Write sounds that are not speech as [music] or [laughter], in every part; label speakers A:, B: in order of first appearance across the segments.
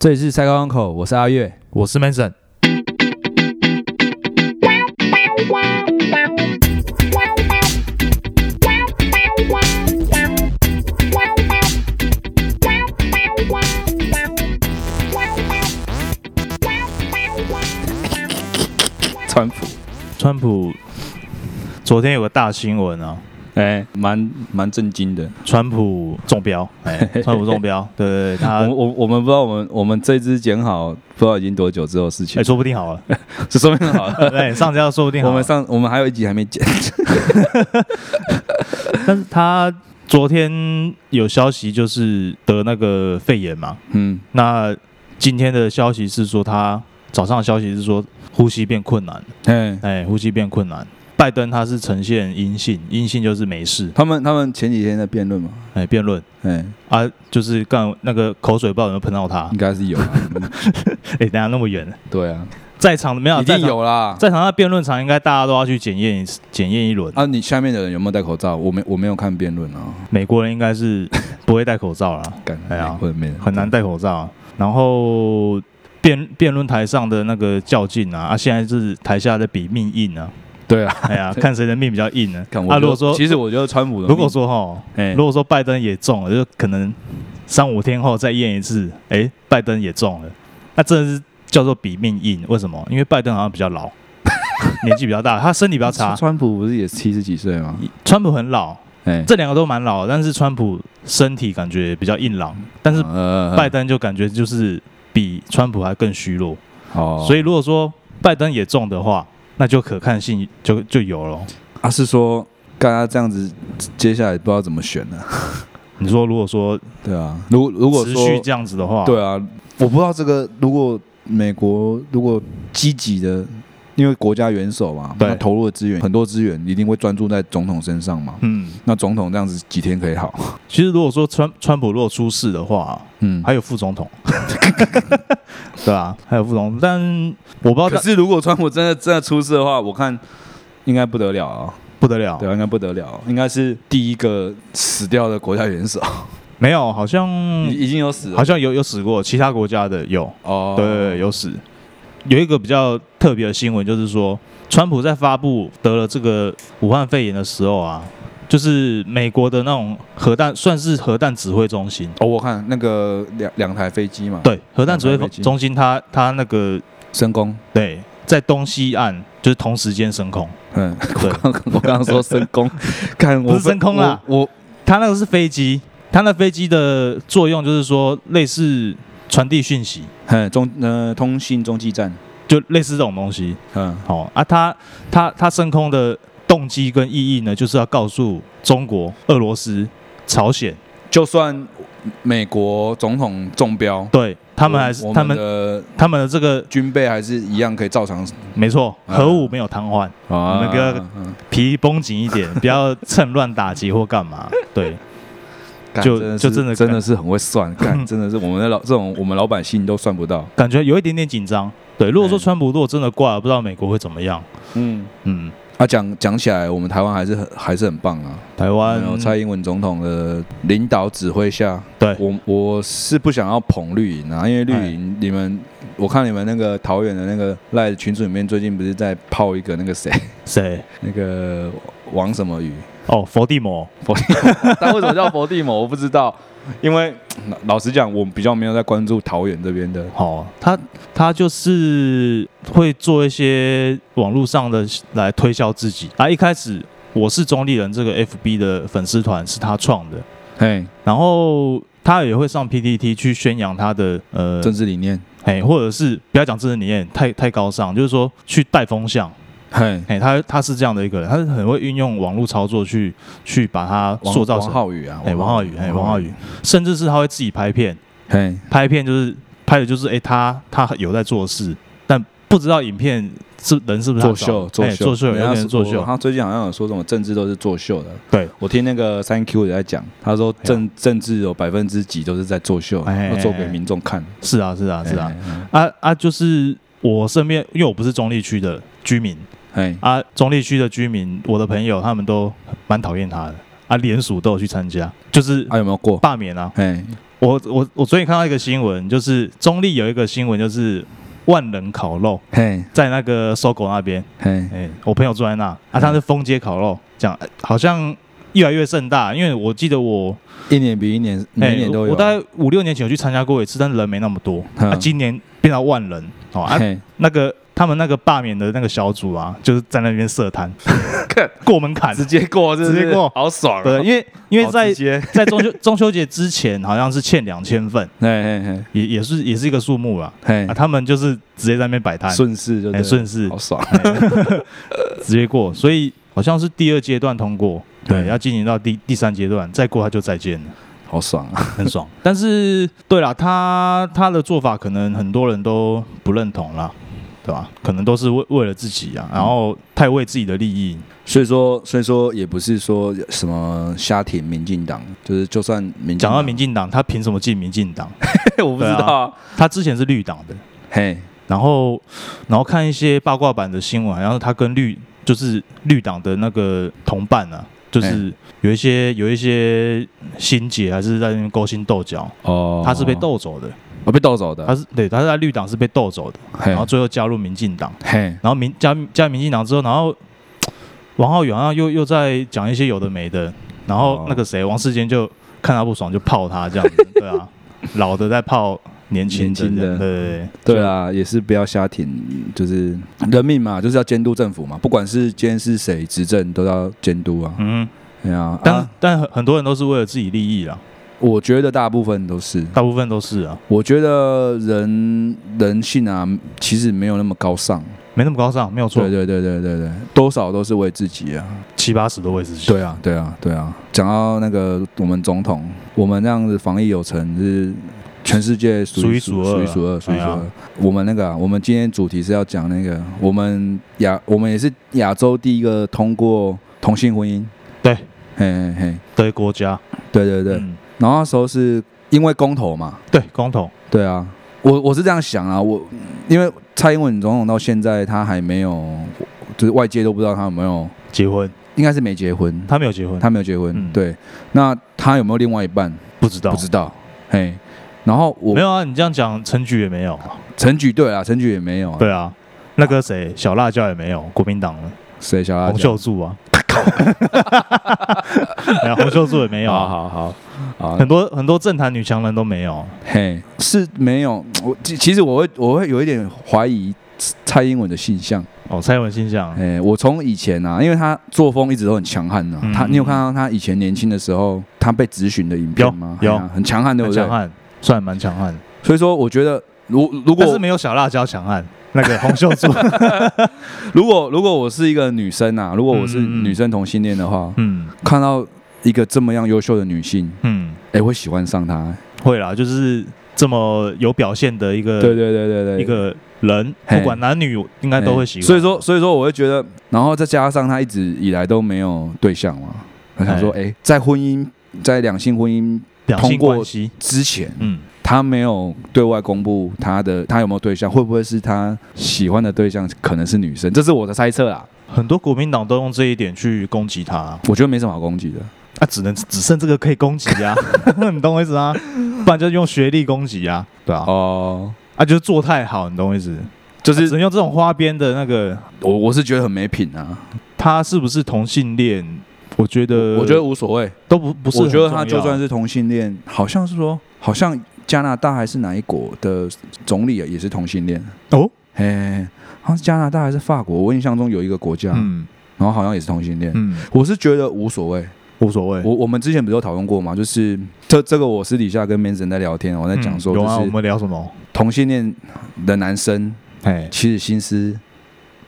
A: 这里是赛高港口，我是阿月。
B: 我是 Mason。
A: 川普，
B: 川普昨天有个大新闻啊，
A: 哎、蛮蛮震惊的。
B: 川普中标，哎、川普中
A: [laughs]
B: 标，对对对，他
A: 我我我们不知道，我们我们这支剪好，不知道已经多久之后的事
B: 哎、
A: 情，
B: 说不定好了，
A: 这说明好了。
B: 对，上交说不定
A: [laughs]
B: 好啊
A: 我
B: 了。
A: 们上我们还有一集还没剪，
B: 但是他昨天有消息就是得那个肺炎嘛，
A: 嗯，
B: 那今天的消息是说他早上的消息是说呼吸变困难，
A: 哎，
B: 哎、呼吸变困难。拜登他是呈现阴性，阴性就是没事，
A: 他们他们前几天在辩论嘛，
B: 哎、辩论
A: 哎，
B: 啊，就是干那个口水不知道有没有喷到他，
A: 应该
B: [laughs]
A: 是有啊，
B: 哎、等一下那么远，
A: 对啊，
B: 在场的没有，
A: 一定
B: 在场
A: 有啦。
B: 在场上辩论场应该大家都要去检验一次，检验一轮。
A: 啊，你下面的人有没有戴口罩？我没我没有看辩论啊，
B: 美国人应
A: [laughs]
B: 该是不会戴口罩啦，
A: 干，
B: 哎呀
A: 会没人
B: 很难戴口罩啊。然后辩辩论台上的那个较劲啊，啊，现在是台下在比命硬
A: [laughs]
B: 啊，
A: 对啊，
B: 哎呀，看谁的命比较硬呢、
A: 看
B: 啊，
A: 我觉得
B: 如果说
A: 其实我觉得川普的命，
B: 如果说哈，
A: 哎
B: 如果说拜登也中了，就可能三五天后再验一次，哎，拜登也中了，那真的是叫做比命硬。为什么？因为拜登好像比较
A: [laughs]
B: 老，年纪比较大，他身体比较差。
A: 川普不是也七十几岁吗？
B: 川普很老，
A: 哎，
B: 这两个都蛮老的，但是川普身体感觉比较硬朗，但是
A: 呃
B: 拜登就感觉就是比川普还更虚弱。
A: 哦，
B: 所以如果说拜登也中的话，那就可看性就就有了。
A: 他啊是说，大家这样子，接下来不知道怎么选了、
B: 你说如果说
A: 对啊，如如果
B: 持
A: 说
B: 续这样子的话，
A: 对啊，我不知道这个如果美国如果积极的，因为国家元首嘛，
B: 对
A: 他投入的资源很多资源一定会专注在总统身上嘛。
B: 嗯，
A: 那总统这样子几天可以好？
B: 其实如果说川川普如果出事的话，
A: 嗯，
B: 还有副总统， [laughs] 对啊，还有副总统，但我不知道
A: 可
B: 他
A: 是如果川普真的真的出事的话，我看应该不得了啊！
B: 不得了
A: 对，啊，应该不得了，应该是第一个死掉的国家元首，
B: 没有，好像
A: 已已经有死了
B: 嗯好。像有有死过，其他国家的有，
A: 哦，
B: 对对对，有死。有一个比较特别的新闻，就是说，川普在发布得了这个武汉肺炎的时候啊，就是美国的那种核弹，算是核弹指挥中心，
A: 哦，我看那个两两台飞机嘛，，
B: 对，核弹指挥中心它，它那个
A: 升空。
B: 对，在东西岸就是同时间升空，
A: 嗯，
B: 对，
A: 我刚刚说升
B: [laughs]
A: 空，看我
B: 不是啊升空啦
A: 我我
B: 它那个是飞机，它那飞机的作用就是说，类似传递讯息，
A: 嗯中呃通信中继站，
B: 就类似这种东西，
A: 嗯
B: 哦啊，它它它升空的动机跟意义呢，就是要告诉中国、俄罗斯、朝鲜，
A: 就算美国总统中标，
B: 对他们还是
A: 我我
B: 他
A: 们
B: 们
A: 的
B: 他们的这个
A: 军备还是一样可以照常
B: 没错，
A: 嗯
B: 核武没有瘫痪，
A: 啊
B: 们跟
A: 嗯
B: 皮绷紧一点，不
A: [laughs]
B: 要趁乱打击或干嘛。对，
A: 嗯干
B: 就
A: 真的
B: 就是真的
A: 真的是很会
B: [laughs]
A: 算，干真的是我们的老这种我们老百姓都算不到，
B: 感觉有一点点紧张。对，如果
A: 嗯
B: 说川普如果真的挂了，不知道美国会怎么样。
A: 嗯。
B: 嗯，
A: 啊，讲讲起来，我们台湾还是很还是很棒啊！
B: 台湾
A: 有蔡英文总统的领导指挥下，
B: 对
A: 我我是不想要捧绿营啊，因为绿营你们，我看你们那个桃园的那个赖群组里面，最近不是在泡一个那个谁， [laughs]
B: 谁？
A: 那个王什么 [laughs] 宇，
B: 哦，佛地魔。
A: 但为什么叫佛地魔，我不知道，因为老老实讲，我比较没有在关注桃园这边的，
B: 哦，他他就是会做一些网络上的来推销自己啊。一开始我是中立人这个 FB 的粉丝团是他创的，
A: 嘿，
B: 然后他也会上 PTT 去宣扬他的呃
A: 政，治理念，
B: 哎，或者是不要讲政治理念太太高尚，就是说去带风向。
A: 嘿，
B: 哎，他他是这样的一个人，他是很会运用网络操作去去把它
A: 王
B: 塑造
A: 王
B: 成。
A: 浩宇啊，
B: 哎，王浩宇，哎，王浩宇，，甚至是他会自己拍片，
A: 嘿，
B: 拍片就是拍的就是哎、诶他他有在做事，但不知道影片是人是不是他
A: 作
B: 找
A: 秀
B: 的
A: 作
B: 哎
A: 秀，
B: 作秀有
A: 人
B: 点
A: 家
B: 人
A: 是
B: 作
A: 说
B: 秀，
A: 他最近好像有说什么政治都是作秀的。
B: 对，
A: 我听那个三 Q 也在讲，他说政政治有百分之几都是在作秀，
B: 哎
A: 要做给民众看。
B: 是啊是啊是啊，
A: 哎，
B: 啊啊就是我身边，因为我不是中立区的居民
A: 哎，
B: 啊，中立区的居民，我的朋友他们都蛮讨厌他的。啊，联署都有去参加，就是
A: 啊有没有过？
B: 罢免啊。
A: 哎，
B: 我我我昨天看到一个新闻，就是中立有一个新闻，就是万人烤肉
A: 嘿，
B: 在那个搜狗那边，
A: 嘿，
B: 哎、我朋友住在那，啊，他是封街烤肉，这样呃好像越来越盛大，因为我记得我哎
A: 一年比一年，每一年都
B: 我
A: 有。啊
B: 我大概五六年前有去参加过一次，但是人没那么多，
A: 嗯
B: 啊，今年变到万人哦，啊，
A: 嘿
B: 那个他们那个罢免的那个小组啊，就是在那边设摊
A: 啊看，
B: 过门槛，
A: 直接过，
B: 直接过
A: 好爽啊
B: 对，因为因为
A: 好
B: 在
A: 直接
B: 在中秋中秋节之前好像是欠两千份，
A: 嘿嘿
B: 也也是也是一个数目啦。
A: 嘿
B: 啊，他们就是直接在那边摆摊
A: 嘿，，哎顺势就
B: 哎，
A: 对
B: 顺势
A: 好爽。啊
B: 直接过，所以好像是第二阶段通过，对，要进行到第第三阶段，再过他就再见了，
A: 好爽啊！
B: 很爽。但是对啦，他他的做法可能很多人都不认同啦，对吧？可能都是为为了自己啊，然后太为自己的利益，
A: 所以说，所以说也不是说什么瞎挺民进党，就是就算民进
B: 讲
A: 党 [laughs]
B: 到民进党，他凭什么进民进党？
A: 我不知
B: 对啊
A: 道啊。
B: 他之前是绿党的，
A: 嘿，
B: 然后然后看一些八卦版的新闻，然后他跟绿就是绿党的那个同伴啊，就是有一些有一些心结，还是在那边勾心斗角，
A: 哦
B: 他是被，斗走的，
A: 哦，被斗走的。
B: 他是对他是在绿党是被斗走的，
A: 嘿
B: 然后最后加入民进党，
A: 嘿，
B: 然后民加加入民进党之后，然后王浩宇好像又又在讲一些有的没的，然后
A: 哦
B: 那个谁王世坚就看他不爽就泡他这
A: [laughs]
B: 样子，对啊，老的在泡年轻
A: 年轻
B: 的
A: 的
B: 人，对对对。
A: 对啊，也是不要瞎挺，就是人民嘛，就是要监督政府嘛，不管是今天是谁执政，都要监督啊。
B: 嗯，
A: 对啊，
B: 但、
A: 啊
B: 但很很多人都是为了自己利益啦，
A: 我觉得大部分都是，
B: 大部分都是啊，
A: 我觉得人人性啊，其实没有那么高尚。
B: 没那么高尚，没有错
A: 对，对对对对对，多少都是为自己啊。
B: 七八十都会是。
A: 对啊，对啊，对啊。讲到那个我们总统，我们那样子防疫有成是全世界数一
B: 数
A: 数数
B: 一数二啊
A: 一数二，数一数
B: 哎
A: 二
B: 呀。
A: 我们那个啊，我们今天主题是要讲那个，我们亚，我们也是亚洲第一个通过同性婚姻。
B: 对，
A: 嘿嘿嘿，
B: 对国家，
A: 对对对。
B: 嗯
A: 然后那时候是因为公投嘛，
B: 对公投，
A: 对啊，我我是这样想啊，我因为蔡英文总统到现在他还没有，就是外界都不知道他有没有，
B: 结婚，
A: 应该是没结婚，
B: 他没有结婚，
A: 他没有结婚，
B: 嗯
A: 对，那他有没有另外一半
B: 不知道，
A: 不知道，嘿，然后我
B: 没有啊，你这样讲，陈菊也没有，
A: 陈菊对啊，陈菊也没有、啊，
B: 对啊，那个谁，小辣椒也没有，国民党的
A: 谁小辣
B: 洪
A: 椒
B: 秀？柱啊， [laughs] 没有洪秀柱也没有
A: 好
B: 啊，
A: 好好好嗯
B: 很，多很多政坛女强人都没有，
A: 嘿，是没有，我其其实我会我会有一点怀疑蔡英文的性向。
B: 哦，蔡英文心想，
A: 哎、我从以前啊，因为他作风一直都很强悍呐、啊
B: 嗯
A: 他，你有看到他以前年轻的时候，他被质询的影片吗？
B: 有
A: 哎呀很强悍，对
B: 很
A: 不对
B: 强？悍，算蛮强悍，
A: 所以说，我觉得如如
B: 但是
A: 果
B: 没有小辣椒强悍，那个洪秀
A: [laughs]
B: 柱，
A: 如果如果我是一个女生啊，如果我是
B: 嗯嗯嗯
A: 女生同性恋的话，
B: 嗯
A: 看到一个这么样优秀的女性，
B: 嗯。
A: 哎、会喜欢上她、
B: 会啦，就是这么有表现的一个
A: 对对对对对，
B: 呃一个人，
A: 嘿
B: 不管男女，应该都会喜欢。
A: 哎所以说，所以说，我会觉得，然后再加上他一直以来都没有对象嘛，我想说，哎、在婚姻在两性婚姻
B: 两性
A: 通过
B: 关系，
A: 之前，
B: 嗯，
A: 他没有对外公布他的他有没有对象，会不会是他喜欢的对象可能是女生？这是我的猜测啦，
B: 很多国民党都用这一点去攻击他，啊，
A: 我觉得没什么好攻击的。
B: 只能只剩这个可以攻击啊， [laughs] 你懂我意思啊？不然就用学历攻击啊，对啊，
A: 哦，
B: 啊，就是做太好，你懂我意思？啊
A: 就
B: 就是只
A: 是
B: 能用这种花边的那个，
A: 我我是觉得很没品啊，
B: 他是不是同性恋？我觉得，
A: 我觉得无所谓。
B: 都不不是很
A: 我觉
B: 重要，
A: 得他
B: 啊
A: 就算是同性恋，好像是说，好像加拿大还是哪一国的总理也是同性恋
B: 哦，
A: 嘿嘿，嘿好像是加拿大还是法国，我印象中有一个国家，
B: 嗯
A: 然后好像也是同性恋。
B: 嗯，
A: 我是觉得无所谓，
B: 无所谓。
A: 我我们之前不是有讨论过吗？就是这这个我私底下跟 Mason 在聊天，我在讲说，
B: 嗯
A: 就
B: 有啊，我
A: 是
B: 们聊什么？
A: 同性恋的男生
B: 哎，
A: 其实心思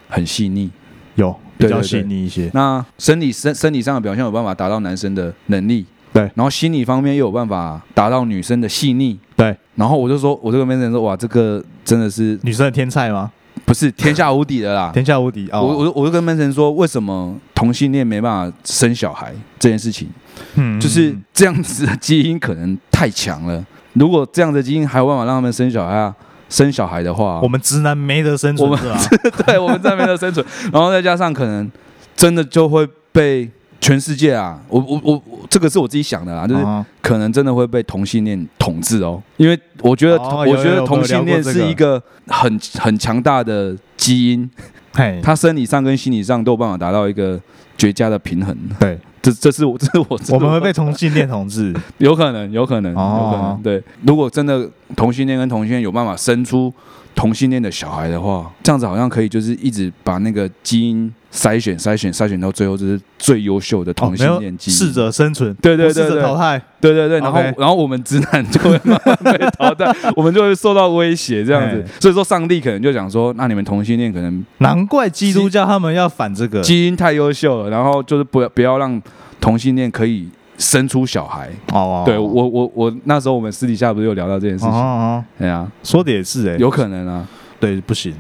A: 很细腻，
B: 有比
A: 对
B: 较
A: 对对
B: 细腻一些，
A: 那生理身生理上的表现有办法达到男生的能力，
B: 对
A: 然后心理方面又有办法达到女生的细腻，
B: 对。
A: 然后我就说，我就跟 Mason 说，哇，这个真的是
B: 女生的天菜吗？
A: 不是天下无敌的啦。
B: 天下无敌啊！
A: 我我就我就跟 Mason 说，为什么同性恋没办法生小孩这件事情，
B: 嗯
A: 就是这样子的基因可能太强了。如果这样的基因还有办法让他们生小孩、啊，生小孩的话，啊
B: 我们直男没得生存，
A: 我们
B: 是吧？
A: 对我们在那边的生存，然后再加上可能真的就会被全世界啊，我我我我这个是我自己想的啦， [laughs] 就是
B: 啊
A: 可能真的会被同性恋统治哦，因为我觉得、
B: 哦有
A: 我觉
B: 有有
A: 得
B: 有
A: 同性恋
B: 聊过这
A: 是
B: 个
A: 一个很很强大的基因，
B: 嘿，
A: 它生理上跟心理上都有办法达到一个绝佳的平衡。
B: 对，
A: 这这是我这是我这是
B: 我们会被同性恋统治，
A: 有可能有可能、
B: 哦
A: 有可能对，如果真的同性恋跟同性恋有办法生出同性恋的小孩的话，这样子好像可以就是一直把那个基因筛选筛选筛选到最后，就是最优秀的
B: 哦，
A: 同
B: 没
A: 性
B: 有
A: 恋基因。
B: 适者生存，
A: 对对
B: 不
A: 对
B: 适者
A: 对
B: 淘汰，
A: 对对对，然后
B: OK
A: 然后我们直男就会慢慢被淘
B: [laughs]
A: 汰，我们就会受到威胁这样子
B: 哎。
A: 所以说，上帝可能就想说，那你们同性恋可能
B: 难怪基督教他们要反这个
A: 基因太优秀了，然后就是不要不要让同性恋可以生出小孩。
B: 哦，
A: 对我我我那时候我们私底下不是有聊到这件事
B: 哦哦
A: 情？
B: 哦，
A: 对啊，
B: 说的也是哎，
A: 有可能啊， [laughs]
B: 对不行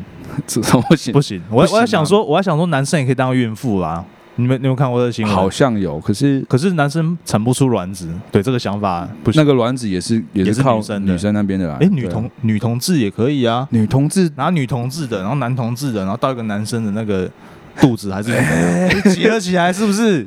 A: 这种不行
B: 不，行，我
A: 不行啊
B: 我还想说我还想说男生也可以当孕妇啦，你们你们看过这个新闻？
A: 好像有，可是
B: 可是男生产不出卵子，对这个想法不行。
A: 那个卵子也是也
B: 也
A: 是
B: 是
A: 靠
B: 女生的
A: 女生那边的啦。
B: 哎，女
A: 对啊
B: 同女同志也可以啊，
A: 女同志
B: 拿女同志的，然后男同志的，然后到一个男生的那个肚子还是怎
A: [laughs]
B: 么
A: 哎
B: 样就结合起来，是不是？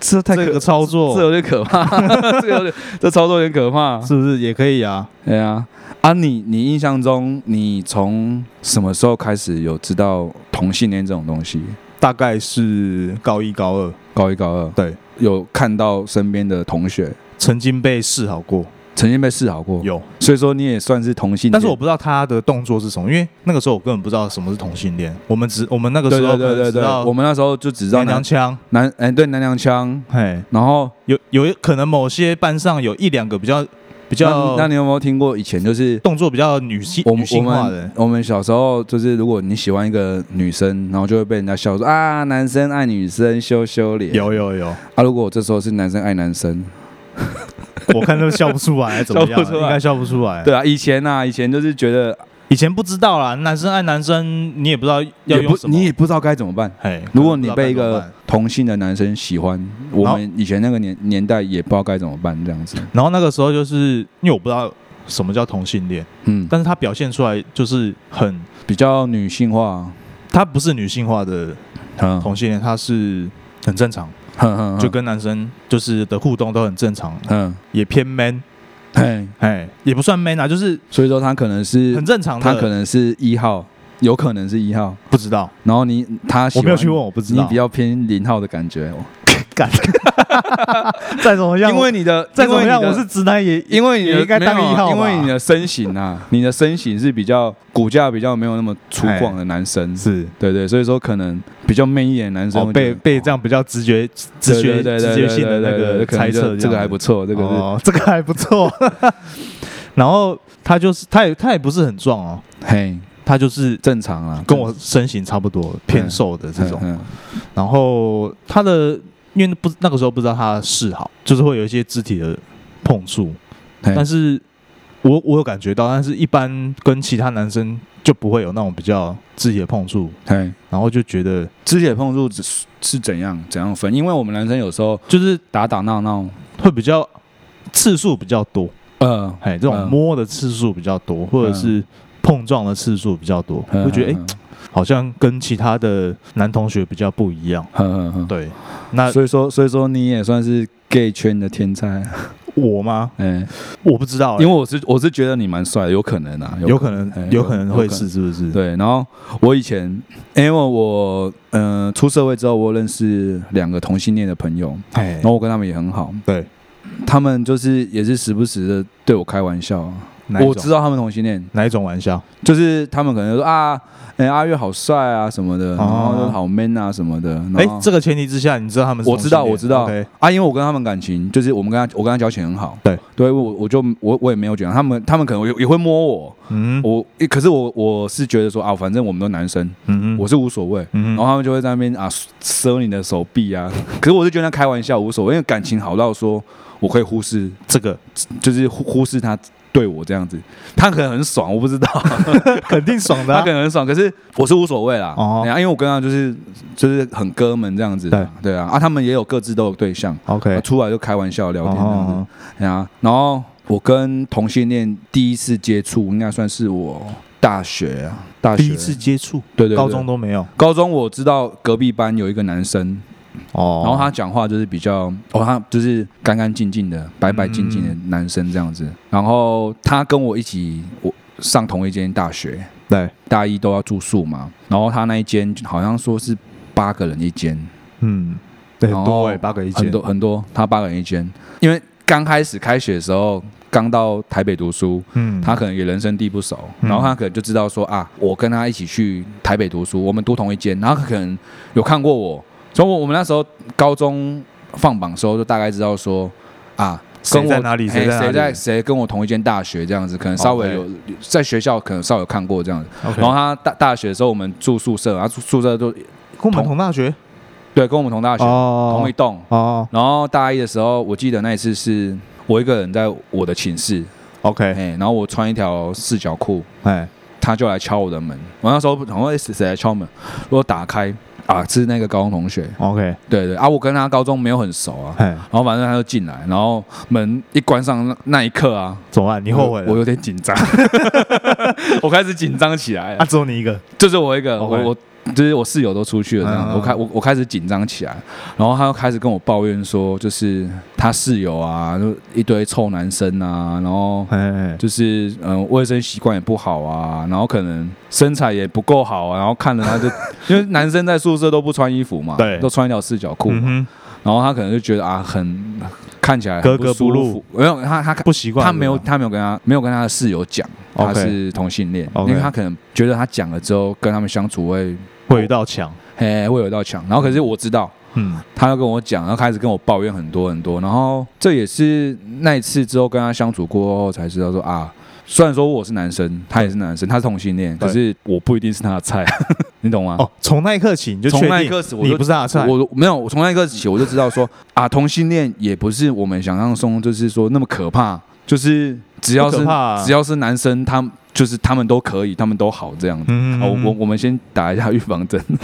A: 这太
B: 这
A: 可
B: 个操作
A: 这有点可怕， [laughs] 这有点这操作有点可怕。
B: 是不是也可以啊？
A: 对啊，啊你，你印象中，你从什么时候开始有知道同性恋这种东西？
B: 大概是高一高二，
A: 高一、高二，
B: 对，
A: 有看到身边的同学
B: 曾经被示好过，
A: 曾经被示好过，
B: 有，
A: 所以说你也算是同性恋。
B: 但是我不知道他的动作是什么，因为那个时候我根本不知道什么是同性恋，我们只我们那个
A: 对
B: 时候
A: 对对对对，我
B: 我
A: 们那时候就只知道
B: 娘娘
A: 男
B: 腔，
A: 男，哎、对男娘腔，
B: 嘿，
A: 然后
B: 有有一可能某些班上有一两个比较比较
A: 那，那你有没有听过以前就是
B: 动作比较女性
A: 我
B: 女
A: 们我
B: 性化的
A: 们，我们小时候就是，如果你喜欢一个女生，然后就会被人家笑说啊，男生爱女生羞羞脸。
B: 有有有，
A: 啊，如果我这时候是男生爱男生，
B: 我看都笑不出
A: [laughs]
B: 来，怎么样？
A: 笑不出来
B: 应该笑不出来。
A: 对啊，以前啊，以前就是觉得
B: 以前不知道啦，男生爱男生，你也不知道要
A: 也
B: 用
A: 不
B: 什么。
A: 你也不知道该怎么办。
B: 嘿，
A: 如果你被一
B: 不知道该怎
A: 个
B: 么办，
A: 同性的男生喜欢，我们以前那个年年代也不知道该怎么办，这样子。
B: 然后那个时候就是因为我不知道什么叫同性恋，
A: 嗯，
B: 但是他表现出来就是很，
A: 比较女性化，
B: 他不是女性化的
A: 嗯，
B: 同性恋，他是很正常，
A: 哼哼
B: 就跟男生就是的互动都很正常，
A: 嗯，
B: 也偏 man，
A: 哎，
B: 哎，也不算 man 啊，就是
A: 所以说他可能是
B: 很正常的。
A: 他可能是一号，有可能是一号，
B: 不知道，
A: 然后你他喜
B: 我
A: 欢
B: 没有去问，我不知
A: 你
B: 道。
A: 比较偏零号的感觉哦，
B: 敢，再怎么样，
A: 因为你的
B: 再怎么
A: 因为
B: 样，
A: 你的
B: 我是直男也也
A: 因为你的
B: 也应该当
A: 没有啊
B: 一号吧
A: 因为你的身形
B: [laughs]
A: 啊，你的身形是比较骨架比较没有那么粗犷的男生，
B: 哎是
A: 对对，所以说可能比较 man 一点的男生
B: 哦，
A: 会
B: 被
A: 觉得
B: 被这样比较直觉、直
A: 对
B: 觉、
A: 对对
B: 直觉性的那
A: 对对对
B: 个
A: 可能
B: 猜
A: 就
B: 测，
A: 这个还不错，
B: 错，
A: 这个是
B: 哦，这个还不错。 [laughs] 然后他就是，他也他也不是很壮哦，
A: 嘿
B: 他就是
A: 正常啊，嗯
B: 跟我身形差不多，偏瘦的这
A: 这
B: 种
A: 种。
B: 然后他的，因为不那个时候不知道他的嗜好，就是会有一些肢体的碰触，但
A: 但是
B: 是我我有感觉到，但是一般跟其他男生就不会有那种比较肢体的碰触，
A: 嘿，
B: 然后就觉得
A: 肢体嗯碰触只是是怎样怎样分？因为我们男生有时候
B: 就是
A: 打打闹闹，
B: 会比较次数比较多，
A: 呃。
B: 哎，这种
A: 嗯
B: 摸的次数比较多，或者是碰撞的次数比较多，
A: 嗯
B: 会觉得哎、好像跟其他的男同学比较不一样。
A: 嗯嗯
B: 对，那
A: 嗯，所以说所以说你也算是 gay 圈的天才，
B: 我吗？
A: 嗯，
B: 我不知道、
A: 因为我是我是觉得你蛮帅的，有可能啊，
B: 有可能
A: 哎
B: 有可能会
A: 有可
B: 是，是不是？
A: 对，然后我以前，因为我嗯、呃、出社会之后，我认识两个同性恋的朋友，
B: 哎，
A: 然后我跟他们也很好，
B: 对，
A: 他们就是也是时不时的对我开玩笑啊，
B: 哪一
A: 我知
B: 种
A: 道他们同性恋，
B: 哪一种玩笑？
A: 就是他们可能说啊，哎、阿月好帅啊什么的，然后就好 man 啊什么的，
B: 哎
A: 然后，
B: 这个前提之下，你知道他们是
A: 我知道
B: 同性恋
A: 我知道
B: OK，
A: 啊，因为我跟他们感情就是我们跟他我跟他交情很好，
B: 对，
A: 对我我就我我也没有讲他们他们可能也也会摸我，
B: 嗯
A: 我诶可是我我是觉得说啊，反正我们都男生，
B: 嗯
A: 我是无所谓。
B: 嗯
A: 然后他们就会在那边啊收你的手臂啊， [laughs] 可是我是觉得他开玩笑无所谓，因为感情好到说我可以忽视，
B: 这个
A: 就是忽忽视他对我这样子，他可能很爽，我不知
B: [laughs]
A: 道，
B: [laughs] 肯定爽的
A: 他
B: 啊
A: 可，能很爽，可是我是无所谓啦。
B: 哦
A: 哦，因为我跟他就是就是很哥们这样子，
B: 对
A: 对啊，啊他们也有各自都有对象，
B: OK，
A: 啊出来就开玩笑聊天这样子，
B: 哦
A: 对啊，然后我跟同性恋第一次接触，应该算是我大学啊，大学
B: 第一次接触，
A: 对对对
B: 高中都没有，
A: 高中我知道隔壁班有一个男生，
B: 哦，
A: 然后他讲话就是比较，哦，他就是干干净净的、白白净净的男生这
B: 嗯
A: 样子。然后他跟我一起，我上同一间大学，
B: 对，
A: 大一都要住宿嘛。然后他那一间好像说是八个人一间，
B: 嗯，对，很
A: 然
B: 多
A: 后
B: 哎，八个一
A: 哦很
B: 间，
A: 多很多，他八个人一间。因为刚开始开学的时候，刚到台北读书，
B: 嗯，
A: 他可能也人生地不熟，
B: 嗯
A: 然后他可能就知道说啊，我跟他一起去台北读书，我们读同一间，然后他可能有看过我，所以我我们那时候高中放榜的时候就大概知道说啊，
B: 谁
A: 跟我
B: 在哪里
A: 嘿
B: 谁在哪里哦
A: 谁在谁跟我同一间大学这样子，可能稍微
B: OK
A: 有在学校可能稍微有看过这样子，
B: OK，
A: 然后他大大学的时候我们住宿舍，然后啊住宿舍都
B: 跟我们
A: 同
B: 同大学，
A: 对跟我们同大学、
B: 哦
A: 同一栋，
B: 哦
A: 然后大一的时候我记得那一次是我一个人在我的寝室，哎、
B: ，OK，
A: 然后我穿一条四角裤。
B: 哎，
A: 他就来敲我的门。我那时候想说，哎谁谁来敲门？我打开啊，是那个高中同学。
B: OK，
A: 对对啊，我跟他高中没有很熟啊。
B: 哎，
A: 然后反正他就进来，然后门一关上那那一刻啊，
B: 怎么办？你后悔了？
A: 我我有点紧张， [laughs] 我开始紧张起来
B: 啊，
A: 了。
B: 只有你一个，
A: 就是我一个，我
B: OK
A: 我就是我室友都出去了，这样
B: 嗯嗯
A: 子我开我我开始紧张起来，然后他又开始跟我抱怨说，就是他室友啊，就一堆臭男生啊，然后
B: 哎哎，
A: 就是嗯，卫生习惯也不好啊，然后可能身材也不够好啊，然后看了
B: [laughs]
A: 他就，因为男生在宿舍都不穿衣服嘛，
B: 对
A: 都穿一条四角裤，
B: 嗯
A: 然后他可能就觉得啊，很看起来很
B: 格格
A: 不
B: 不入
A: 舒服，没有他他
B: 哼，不习惯，
A: 他没有他没有跟他没有跟他的室友讲
B: OK
A: 他是同性恋
B: OK
A: 因为他可能觉得他讲了之后跟他们相处会
B: 会有一道墙，
A: 嘿会有一道墙，然后可是我知道。
B: 嗯，
A: 他要跟我讲，然后开始跟我抱怨很多很多，然后这也是那一次之后跟他相处过后才知道说啊，虽然说我是男生，他也是男生，他是同性恋，
B: 对
A: 可是我不一定是他的菜， [laughs] 你懂吗？
B: 哦，从那一刻起你就
A: 从
B: 确
A: 那一
B: 定
A: 刻起我
B: 你
A: 就
B: 不是他的菜，
A: 我没有，我从那一刻起我就知道说啊，同性恋也不是我们想象中就是说那么可怕，就是只要
B: 不可
A: 是、
B: 怕啊
A: 只要是男生，他们就是他们都可以，他们都好这样子。
B: 嗯，
A: 好，哦我我我们先打一下预防针。 [laughs]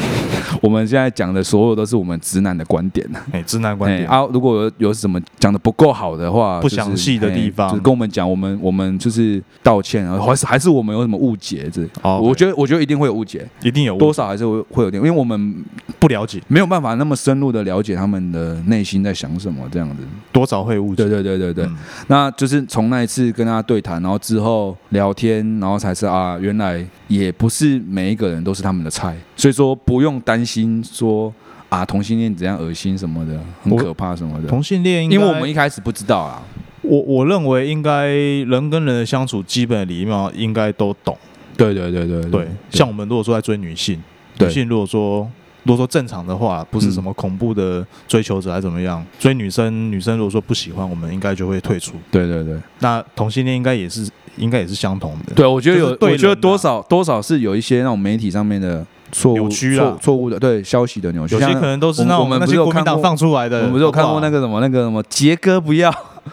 A: 我们现在讲的所有都是我们直男的观点。
B: 哎，直男观
A: 哎
B: 点，
A: 啊，如果有有什么讲的不够好的话，
B: 不
A: 就是
B: 详细的
A: 哎
B: 地方
A: 就是跟我们讲，我们我们就是道歉啊，还是还是我们有什么误解这？
B: 哦，
A: 我觉得我觉得一定会有误解，
B: 一定有
A: 多少还是会会有点，因为我们
B: 不了解，
A: 没有办法那么深入的了解他们的内心在想什么这样子。
B: 多少会误解，
A: 对对对对对，
B: 嗯
A: 那就是从那一次跟他对谈，然后之后聊天，然后才是啊，原来也不是每一个人都是他们的菜，所以说不用担心说啊同性恋怎样恶心什么的，很
B: 我
A: 可怕什么的。
B: 同性恋应该，
A: 因为我们一开始不知道啊，
B: 我我认为应该人跟人的相处基本的礼貌应该都懂。
A: 对对对对
B: 对，像我们如果说在追女性，女
A: 对嗯
B: 性如果说如果说正常的话，不是什么恐怖的追求者还是怎么样，追女生女生如果说不喜欢，我们应该就会退出。
A: 对对对
B: 那同性恋应该也是应该也是相同的。
A: 对，我觉得有
B: 就是，对
A: 我觉得
B: 人啊
A: 多少多少是有一些那种媒体上面的错
B: 扭
A: 误、
B: 曲啦
A: 错错误的对消息的扭曲，
B: 有些
A: 像
B: 可能都是
A: 我们
B: 那
A: 我
B: 种
A: 们
B: 那
A: 不是
B: 些
A: 有
B: 国民
A: 看
B: 党
A: 过
B: 放出来的，
A: 我们不是有看过那
B: 个
A: 个什么那个什么杰哥不要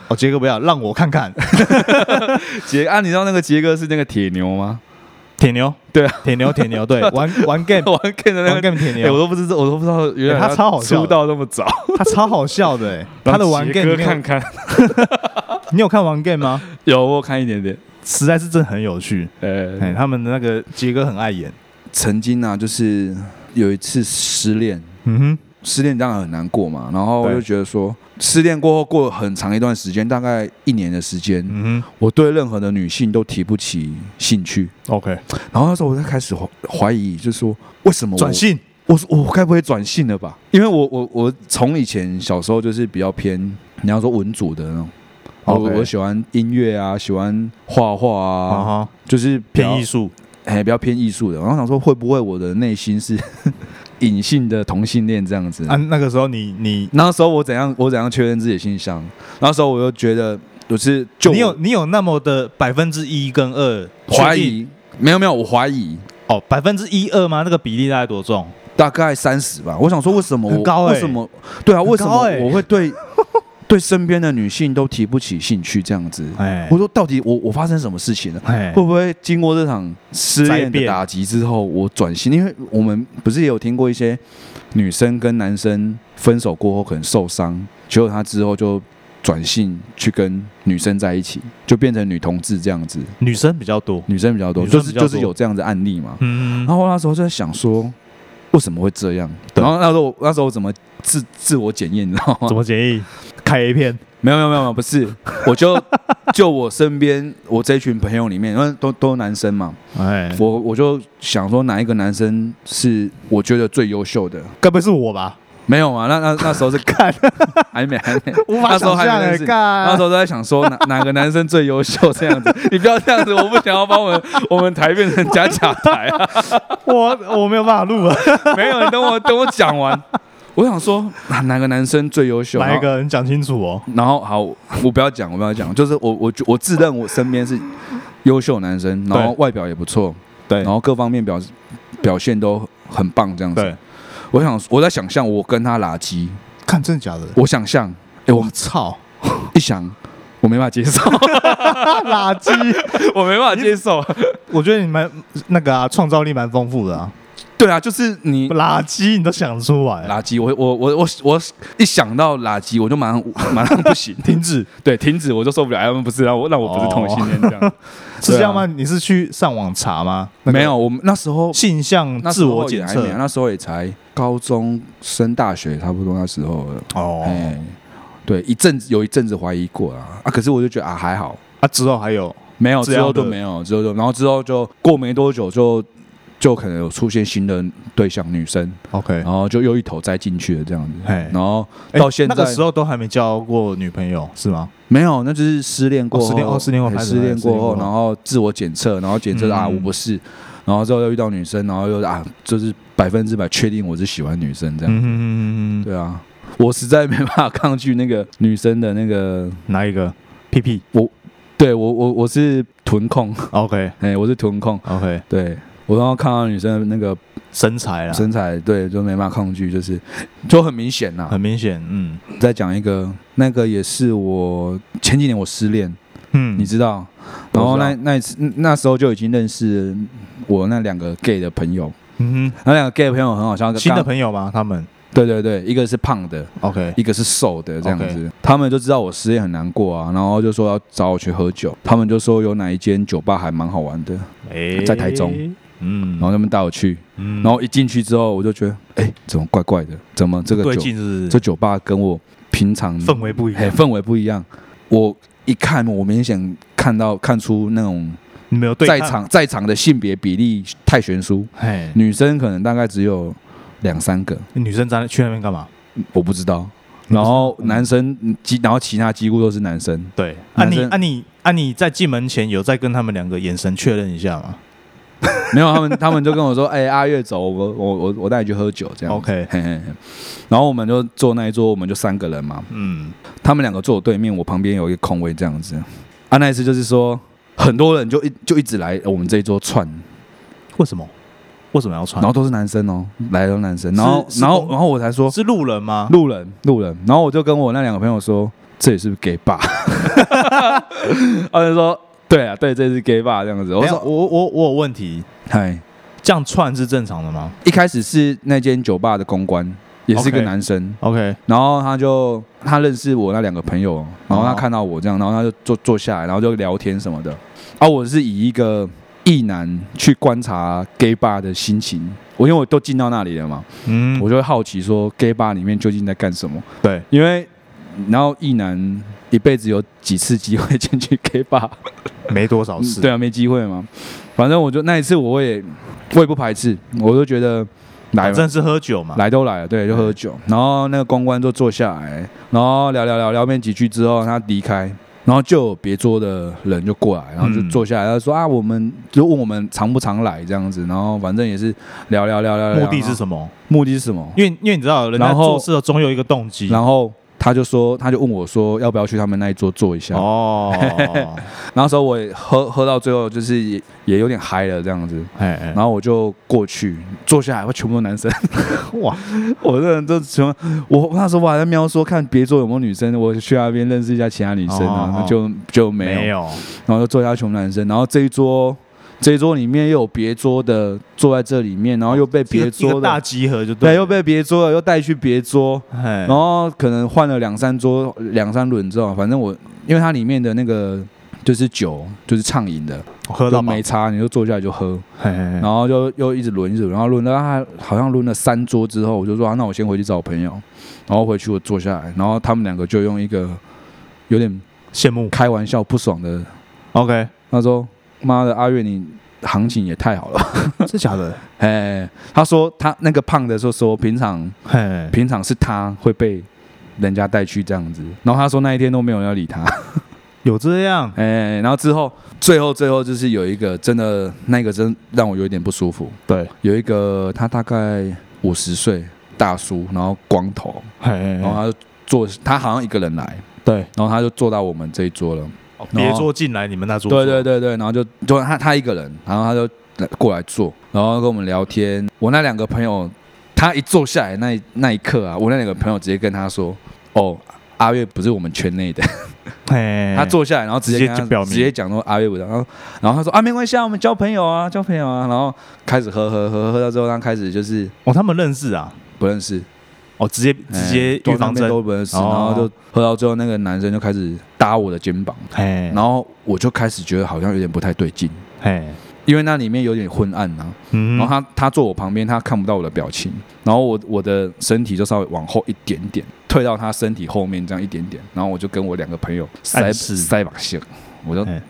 B: 哦，杰哥不要让我看
A: [laughs]
B: 看
A: 杰啊，你知道那个杰哥是那个铁牛 [laughs] 吗？
B: 铁牛，
A: 对啊，
B: 铁牛铁
A: [laughs]
B: 牛，对，玩玩 game
A: 我还看
B: [laughs]
A: 着那
B: 玩
A: 个。
B: game 铁
A: 哎，我
B: 牛，
A: 都不知道，我都不知道，原来
B: 哎他超好笑的
A: 出道那么早。
B: 哦 [laughs] 他超好笑的， [laughs] 哎他的玩
A: 杰
B: game
A: 哥
B: 你有
A: 看看，
B: 你有看玩 game 吗？
A: [laughs]
B: [laughs]
A: 有我有看一点点。
B: 实在是真的很有趣。哎，
A: 呃，
B: 他们的那个杰哥很爱演，
A: 曾经啊，就是有一次失恋，
B: 嗯哼，
A: 失恋当然很难过嘛，然后我
B: 对
A: 就觉得说，失恋过后过了很长一段时间，大概一年的时间，
B: 嗯哼
A: 我对任何的女性都提不起兴趣。
B: ，OK，
A: 然后那时候我就开始怀怀疑，就是说为什么我
B: 转？性，
A: 我说我该不会转性了吧？因为我我我从以前小时候就是比较偏你要说文组的那种，我
B: OK
A: 我喜欢音乐啊，喜欢画画啊，
B: 啊哈，
A: 就是比较
B: 偏艺术，
A: 哎，比较偏艺术的。然后想说会不会我的内心是 [laughs] 隐性的同性恋这样子
B: 啊，那个时候你你
A: 那时候我怎样，我怎样确认自己的性向？那时候我又觉得，我是就
B: 你有你有那么的百分之一跟二
A: 怀疑，没有没有，我怀疑
B: 哦，百分之一二吗？那个比例大概多重？
A: 大概三十吧。我想说，为什么
B: 很
A: 我
B: 高欸
A: 为什么对啊？
B: 很高
A: 为什么
B: 欸
A: 我会
B: [laughs]
A: 对对身边的女性都提不起兴趣这样子？
B: 哎
A: 我说到底我我发生什么事情了？
B: 哎
A: 会不会经过这场失恋的打击之后，我转型？因为我们不是也有听过一些女生跟男生分手过后可能受伤，结果她之后就转性去跟女生在一起，就变成女同志这样子，
B: 女生比较多，
A: 女生比较多，
B: 女生
A: 就
B: 比
A: 是
B: 较多
A: 就是有这样子案例嘛。
B: 嗯
A: 然后我那时候就在想说，为什么会这样？
B: 对
A: 然后那时候我那时候我怎么自自我检验，你知道吗
B: 怎？么解议？开 A 片，
A: 没有没有没有，不是，我就就我身边我这群朋友里面，因为都都男生嘛，
B: 哎，
A: 我我就想说哪一个男生是我觉得最优秀的？
B: 该不会是我 [laughs] 吧？
A: 没有啊，那那那时候是
B: 看，
A: [laughs] 还没还没，
B: 无
A: 那
B: 法
A: 时候
B: 想
A: 还
B: 象
A: 没
B: 哎
A: 认，识。那
B: 干
A: 时，候都在想说哪哪个男生最优秀这样子，你不要这样子，我不想要把我们我们台变成假假台啊！
B: 我我没有办法录啊 [laughs] 了，
A: [laughs] 没有，你等我等我讲完，我想说哪哪个男生最优秀？
B: 哪一个你讲清楚哦？
A: 然后好，我不要讲，我不要讲，就是我我我自认我身边是优秀男生，然后
B: 对
A: 外表也不错，
B: 对哦
A: 然后各方面表表现都很棒这样子。
B: 对，
A: 我想我在想象我跟他拉鸡，
B: 看真的假的？
A: 我想象，哎，我
B: 我
A: [laughs]
B: 操，
A: 一想。我没办法接受，啊
B: 垃圾！
A: 我没办法接受。
B: 我觉得你蛮那个啊，创造力蛮丰富的啊，
A: 对啊，就是你
B: 垃圾你都想得出来，
A: 垃圾，我我我我我一想到垃圾，我就马上马上不行，
B: 停止
A: 对，停止，我就受不了。哎，不是，让我让我不是同性恋这样，
B: 是这样吗？你是去上网查吗？那
A: 啊
B: 个
A: 没有，我们那时候
B: 性向
A: 那时
B: 自
A: 候
B: 我
A: 也
B: 检
A: 还没
B: 测
A: 啊那时候也才高中升大学，差不多那时候了。
B: 哦
A: 哎，对，一阵子有一阵子怀疑过啊，啊，可是我就觉得啊还好，
B: 啊，之后还有
A: 没有
B: 这
A: 之
B: 样
A: 后就
B: 的
A: 没有，之后就然后之后就过没多久就就可能有出现新的对象女生，
B: OK，
A: 然后就又一头栽进去了这样子，
B: 哎
A: 然后
B: 哎
A: 到现在
B: 那个时候都还没交过女朋友是吗？
A: 没有，那就是失恋过后，
B: 哦失恋哦失恋过
A: 哎
B: 拍手
A: 失恋过
B: 失恋
A: 后，
B: 过
A: 然后自我检测，然后检测
B: 嗯
A: 啊我不是，然后之后又遇到女生，然后又啊就是百分之百确定我是喜欢女生这样，
B: 嗯嗯嗯，
A: 对啊，我实在没办法抗拒那个女生的那个，
B: 哪一个屁屁
A: 对我我我是臀控， [laughs]
B: ？OK
A: 哎，我是臀控，
B: OK，
A: 对我然后看到女生的那个
B: 身材啦，
A: 身材，对，就没办法抗拒，就是就很明显呐。
B: 很明显，嗯
A: 再讲一个，那个也是我前几年我失恋，
B: 嗯，
A: 你知道，
B: 我知道
A: 然后那那一次那时候就已经认识我那两个 gay 的朋友，
B: 嗯
A: 那两个 gay 的朋友很好笑，
B: 哼，新的
A: 友，
B: 朋友吗？他们
A: 对对对，一个是胖的，
B: OK，
A: 一个是瘦的这样子
B: OK
A: 他们就知道我失恋很难过啊，然后就说要找我去喝酒，他们就说有哪一间酒吧还蛮好玩的，
B: 哎
A: 在台中，
B: 嗯，
A: 然后他们带我去，
B: 嗯
A: 然后一进去之后我就觉得，哎，怎么怪怪的？怎么这个
B: 对
A: 酒
B: 劲嗯是
A: 这酒吧跟我平常
B: 氛围不一
A: 嗯嘿
B: 样，
A: 氛围不一样？我一看，我明显看到看出那种
B: 你没有对
A: 在
B: 抗，
A: 场在场的性别比例太悬殊，
B: 嘿，
A: 女生可能大概只有两三个，
B: 女生在去那边干嘛？
A: 我不知道。
B: 你不
A: 然
B: 知道
A: 后男生嗯几，然后其他几乎都是男生。
B: 对，啊你
A: 男生
B: 啊你啊你在进门前有再跟他们两个眼神确认一下吗
A: 没有他们， [laughs] 他们就跟我说：“哎、阿月走，我我我我带你去喝酒。”这样。
B: ？OK，
A: 嘿嘿嘿。然后我们就坐那一桌，我们就三个人嘛，
B: 嗯，
A: 他们两个坐我对面，我旁边有一个空位这样子。啊，那一次就是说，很多人就一就一直来我们这一桌串，
B: 为什么为什么要
A: 然
B: 穿
A: 后？都是男生哦，来都是男生，然后
B: 是是
A: 然后
B: 公
A: 然后我才说，
B: 是路人吗？
A: 路人，路人。然后我就跟我那两个朋友说，这里是不是 gay bar？他们说，对啊，对，这是 gay bar 这样子。我
B: 等一下
A: 说，
B: 我我我有问题，
A: 嗨，
B: 这样串是正常的吗
A: 一开始是那间酒吧的公关，也是一个
B: OK
A: 男生。
B: ？OK，
A: 然后他就他认识我那两个朋友，然后他
B: 哦
A: 看到我这样，然后他就坐坐下来，然后就聊天什么的。啊，我是以一个异男去观察 gay bar 的心情，我因为我都进到那里了嘛，
B: 嗯，
A: 我就会好奇说 gay bar 里面究竟在干什么。
B: 对，
A: 因为然后一男一辈子有几次机会进去 K 吧，
B: 没多少事，
A: 对啊，没机会嘛。反正我就那一次，我也我也不排斥，我就觉得来吧
B: 反正哎是喝酒嘛。
A: 来都来了，对，就喝酒。然后那个公关就坐下来，然后聊聊聊聊面几句之后，他离开。然后就有别桌的人就过来，然后就
B: 嗯
A: 坐下来，他说啊，我们就问我们常不常来这样子，然后反正也是聊聊聊聊聊。
B: 目的是
A: 么？
B: 什么？
A: 目的是什么？
B: 因为因为你知道，人家
A: 啊然后
B: 做事总有一个动机。
A: 然后他就说，他就问我说，要不要去他们那一桌坐一下？ [laughs]
B: 哦，
A: 那时候我也喝喝到最后，就是也也有点嗨了这样子，
B: 哎哎
A: 然，后我就过去坐下来，我全部都男生， [laughs]
B: 哇，
A: 我这人都全部，我那时候我还在瞄说看别桌有没有女生，我去那边认识一下其他女生啊，
B: 哦哦哦
A: 就就没有，
B: 没有，
A: 然后就坐下全部男生，然后这一桌这一桌里面又有别桌的坐在这里面，然后又被别
B: 一
A: 桌
B: 哦个大
A: 的。
B: 集合就
A: 对，
B: 了
A: 又被别桌的又带去别桌，
B: 哎
A: 然后可能换了两三桌、两三轮之后，反正我因为它里面的那个就是酒就是畅饮的，
B: 喝
A: 就
B: 到饱
A: 没，差，你就坐下来就喝，
B: 嘿嘿
A: 然
B: 嘿，
A: 后就又一直轮一直轮，然后轮到他好像轮了三桌之后，我就说、啊、那我先回去找我朋友，然后回去我坐下来，然后他们两个就用一个有点
B: 羡慕。
A: 开玩笑不爽的， [laughs]
B: OK，
A: 他说妈的阿月你行情也太好了， [laughs]
B: 是假的，
A: 哎，他说他那个胖的说说平常
B: 嘿嘿，
A: 平常是他会被人家带去这样子，然后他说那一天都没有人要理他， [laughs]
B: 有这样，
A: 哎，然后之后最后最后就是有一个真的那个真让我有一点不舒服，
B: 对，
A: 有一个他大概五十岁大叔，然后光头，
B: 嘿嘿
A: 然后他
B: 嘿，
A: 就坐，他好像一个人来，
B: 对，
A: 然后他就坐到我们这一桌了。
B: 哦别桌进来，你们那桌，
A: 对对，对对，然后就就他他一个人，然后他就来过来坐，然后跟我们聊天。我那两个朋友，他一坐下来那一那一刻啊，我那两个朋友直接跟他说：“哦，阿月不是我们圈内的。”
B: 嘿嘿，
A: [laughs]
B: 嘿
A: 他，坐下来，然后直接
B: 直接
A: 跟
B: 就
A: 他
B: 表明
A: 直接讲说阿月不然后然后他说啊没关系啊，我们交朋友啊，交朋友啊，然后开始喝喝喝喝到之后，他开始就是
B: 哦，他们认识啊，
A: 不认识，
B: 哦，直接直接
A: 哎
B: 预防针
A: 都，不认识，
B: 哦
A: 然后就喝到最后，那个男生就开始搭我的肩膀，
B: 嘿，
A: 然后我就开始觉得好像有点不太对劲，
B: 嘿，
A: 因为那里面有点昏暗啊，
B: 嗯，
A: 然后他他坐我旁边，他看不到我的表情，然后我我的身体就稍微往后一点点，退到他身体后面这样一点点，然后我就跟我两个朋友塞
B: 暗示
A: 塞把线，我就 [laughs]
B: 哎，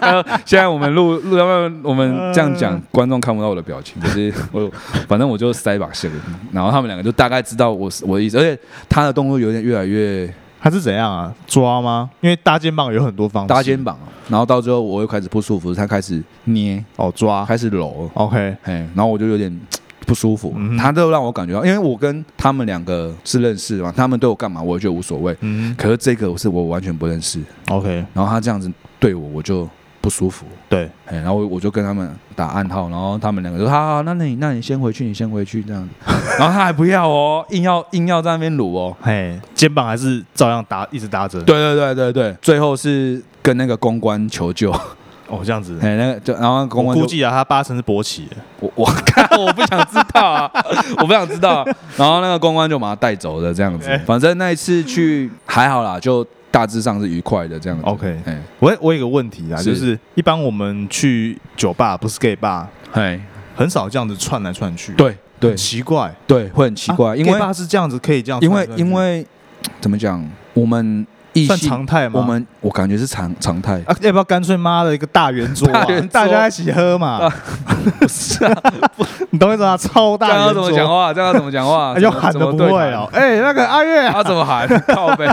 A: 呃，现在我们录录，要不然我们这样
B: 呃
A: 讲，观众看不到我的表情，就是我，反正我就塞把线，然后他们两个就大概知道我是我的意思，而且他的动作有点越来越
B: 他是怎样啊？抓吗？因为搭肩膀有很多方式，
A: 搭肩膀，啊然后到最后我又开始不舒服，他开始捏，
B: 哦，抓
A: 开始揉，
B: ，OK，
A: 哎，然后我就有点。不舒服
B: 嗯，
A: 他都让我感觉到，因为我跟他们两个是认识的嘛，他们对我干嘛，我也觉得无所谓。
B: 嗯
A: 可是这个我是我完全不认识，
B: ，OK，
A: 然后他这样子对我，我就不舒服。
B: 对，
A: 哎，然后我我就跟他们打暗号，然后他们两个说：“好好，那那你那你先回去，你先回去这样子。” [laughs] 然后他还不要哦，硬要硬要在那边撸哦。
B: 嘿，肩膀还是照样搭，一直搭着，，
A: 对对对对对，最后是跟那个公关求救， [laughs]
B: 哦，这样子，
A: 哎，那个就然后公
B: 我
A: 关就
B: 估计啊，他八成是勃起的，
A: 我我看 [laughs] 我不想知道啊，我不想知道啊、然后那个公关就把他带走了这样子
B: 哎。
A: 反正那一次去还好啦，就大致上是愉快的这样子。
B: OK
A: 哎
B: 我我有个问题啊，
A: 是
B: 就是一般我们去酒吧，不是 gay 吧，
A: 哎，
B: 很少这样子串来串去，，
A: 对对
B: 奇怪，
A: 对，会很奇怪，
B: 啊
A: 因
B: gay
A: 为
B: 吧是这样子可以这样
A: 因
B: 串来
A: 为
B: 串去，
A: 因为怎么讲，我们异
B: 算
A: 性。
B: 常态吗？
A: 我们我感觉是常常态，
B: 啊，要不要干脆妈的一个 [laughs] 大圆桌啊
A: 大圆桌，
B: 大家一起喝 [laughs] 嘛？
A: 不是啊？
B: 你懂我意思吗？超
A: 这样
B: 大
A: 要
B: 圆
A: 怎么
B: 桌，
A: 讲话？这样要怎么讲
B: [laughs]
A: 话？
B: 哎就喊
A: 怎
B: 的
A: 么
B: 不
A: 对
B: 会哦。哎，那个阿月
A: 谈，
B: 啊，
A: [laughs] 他怎么喊？靠 [laughs] 背。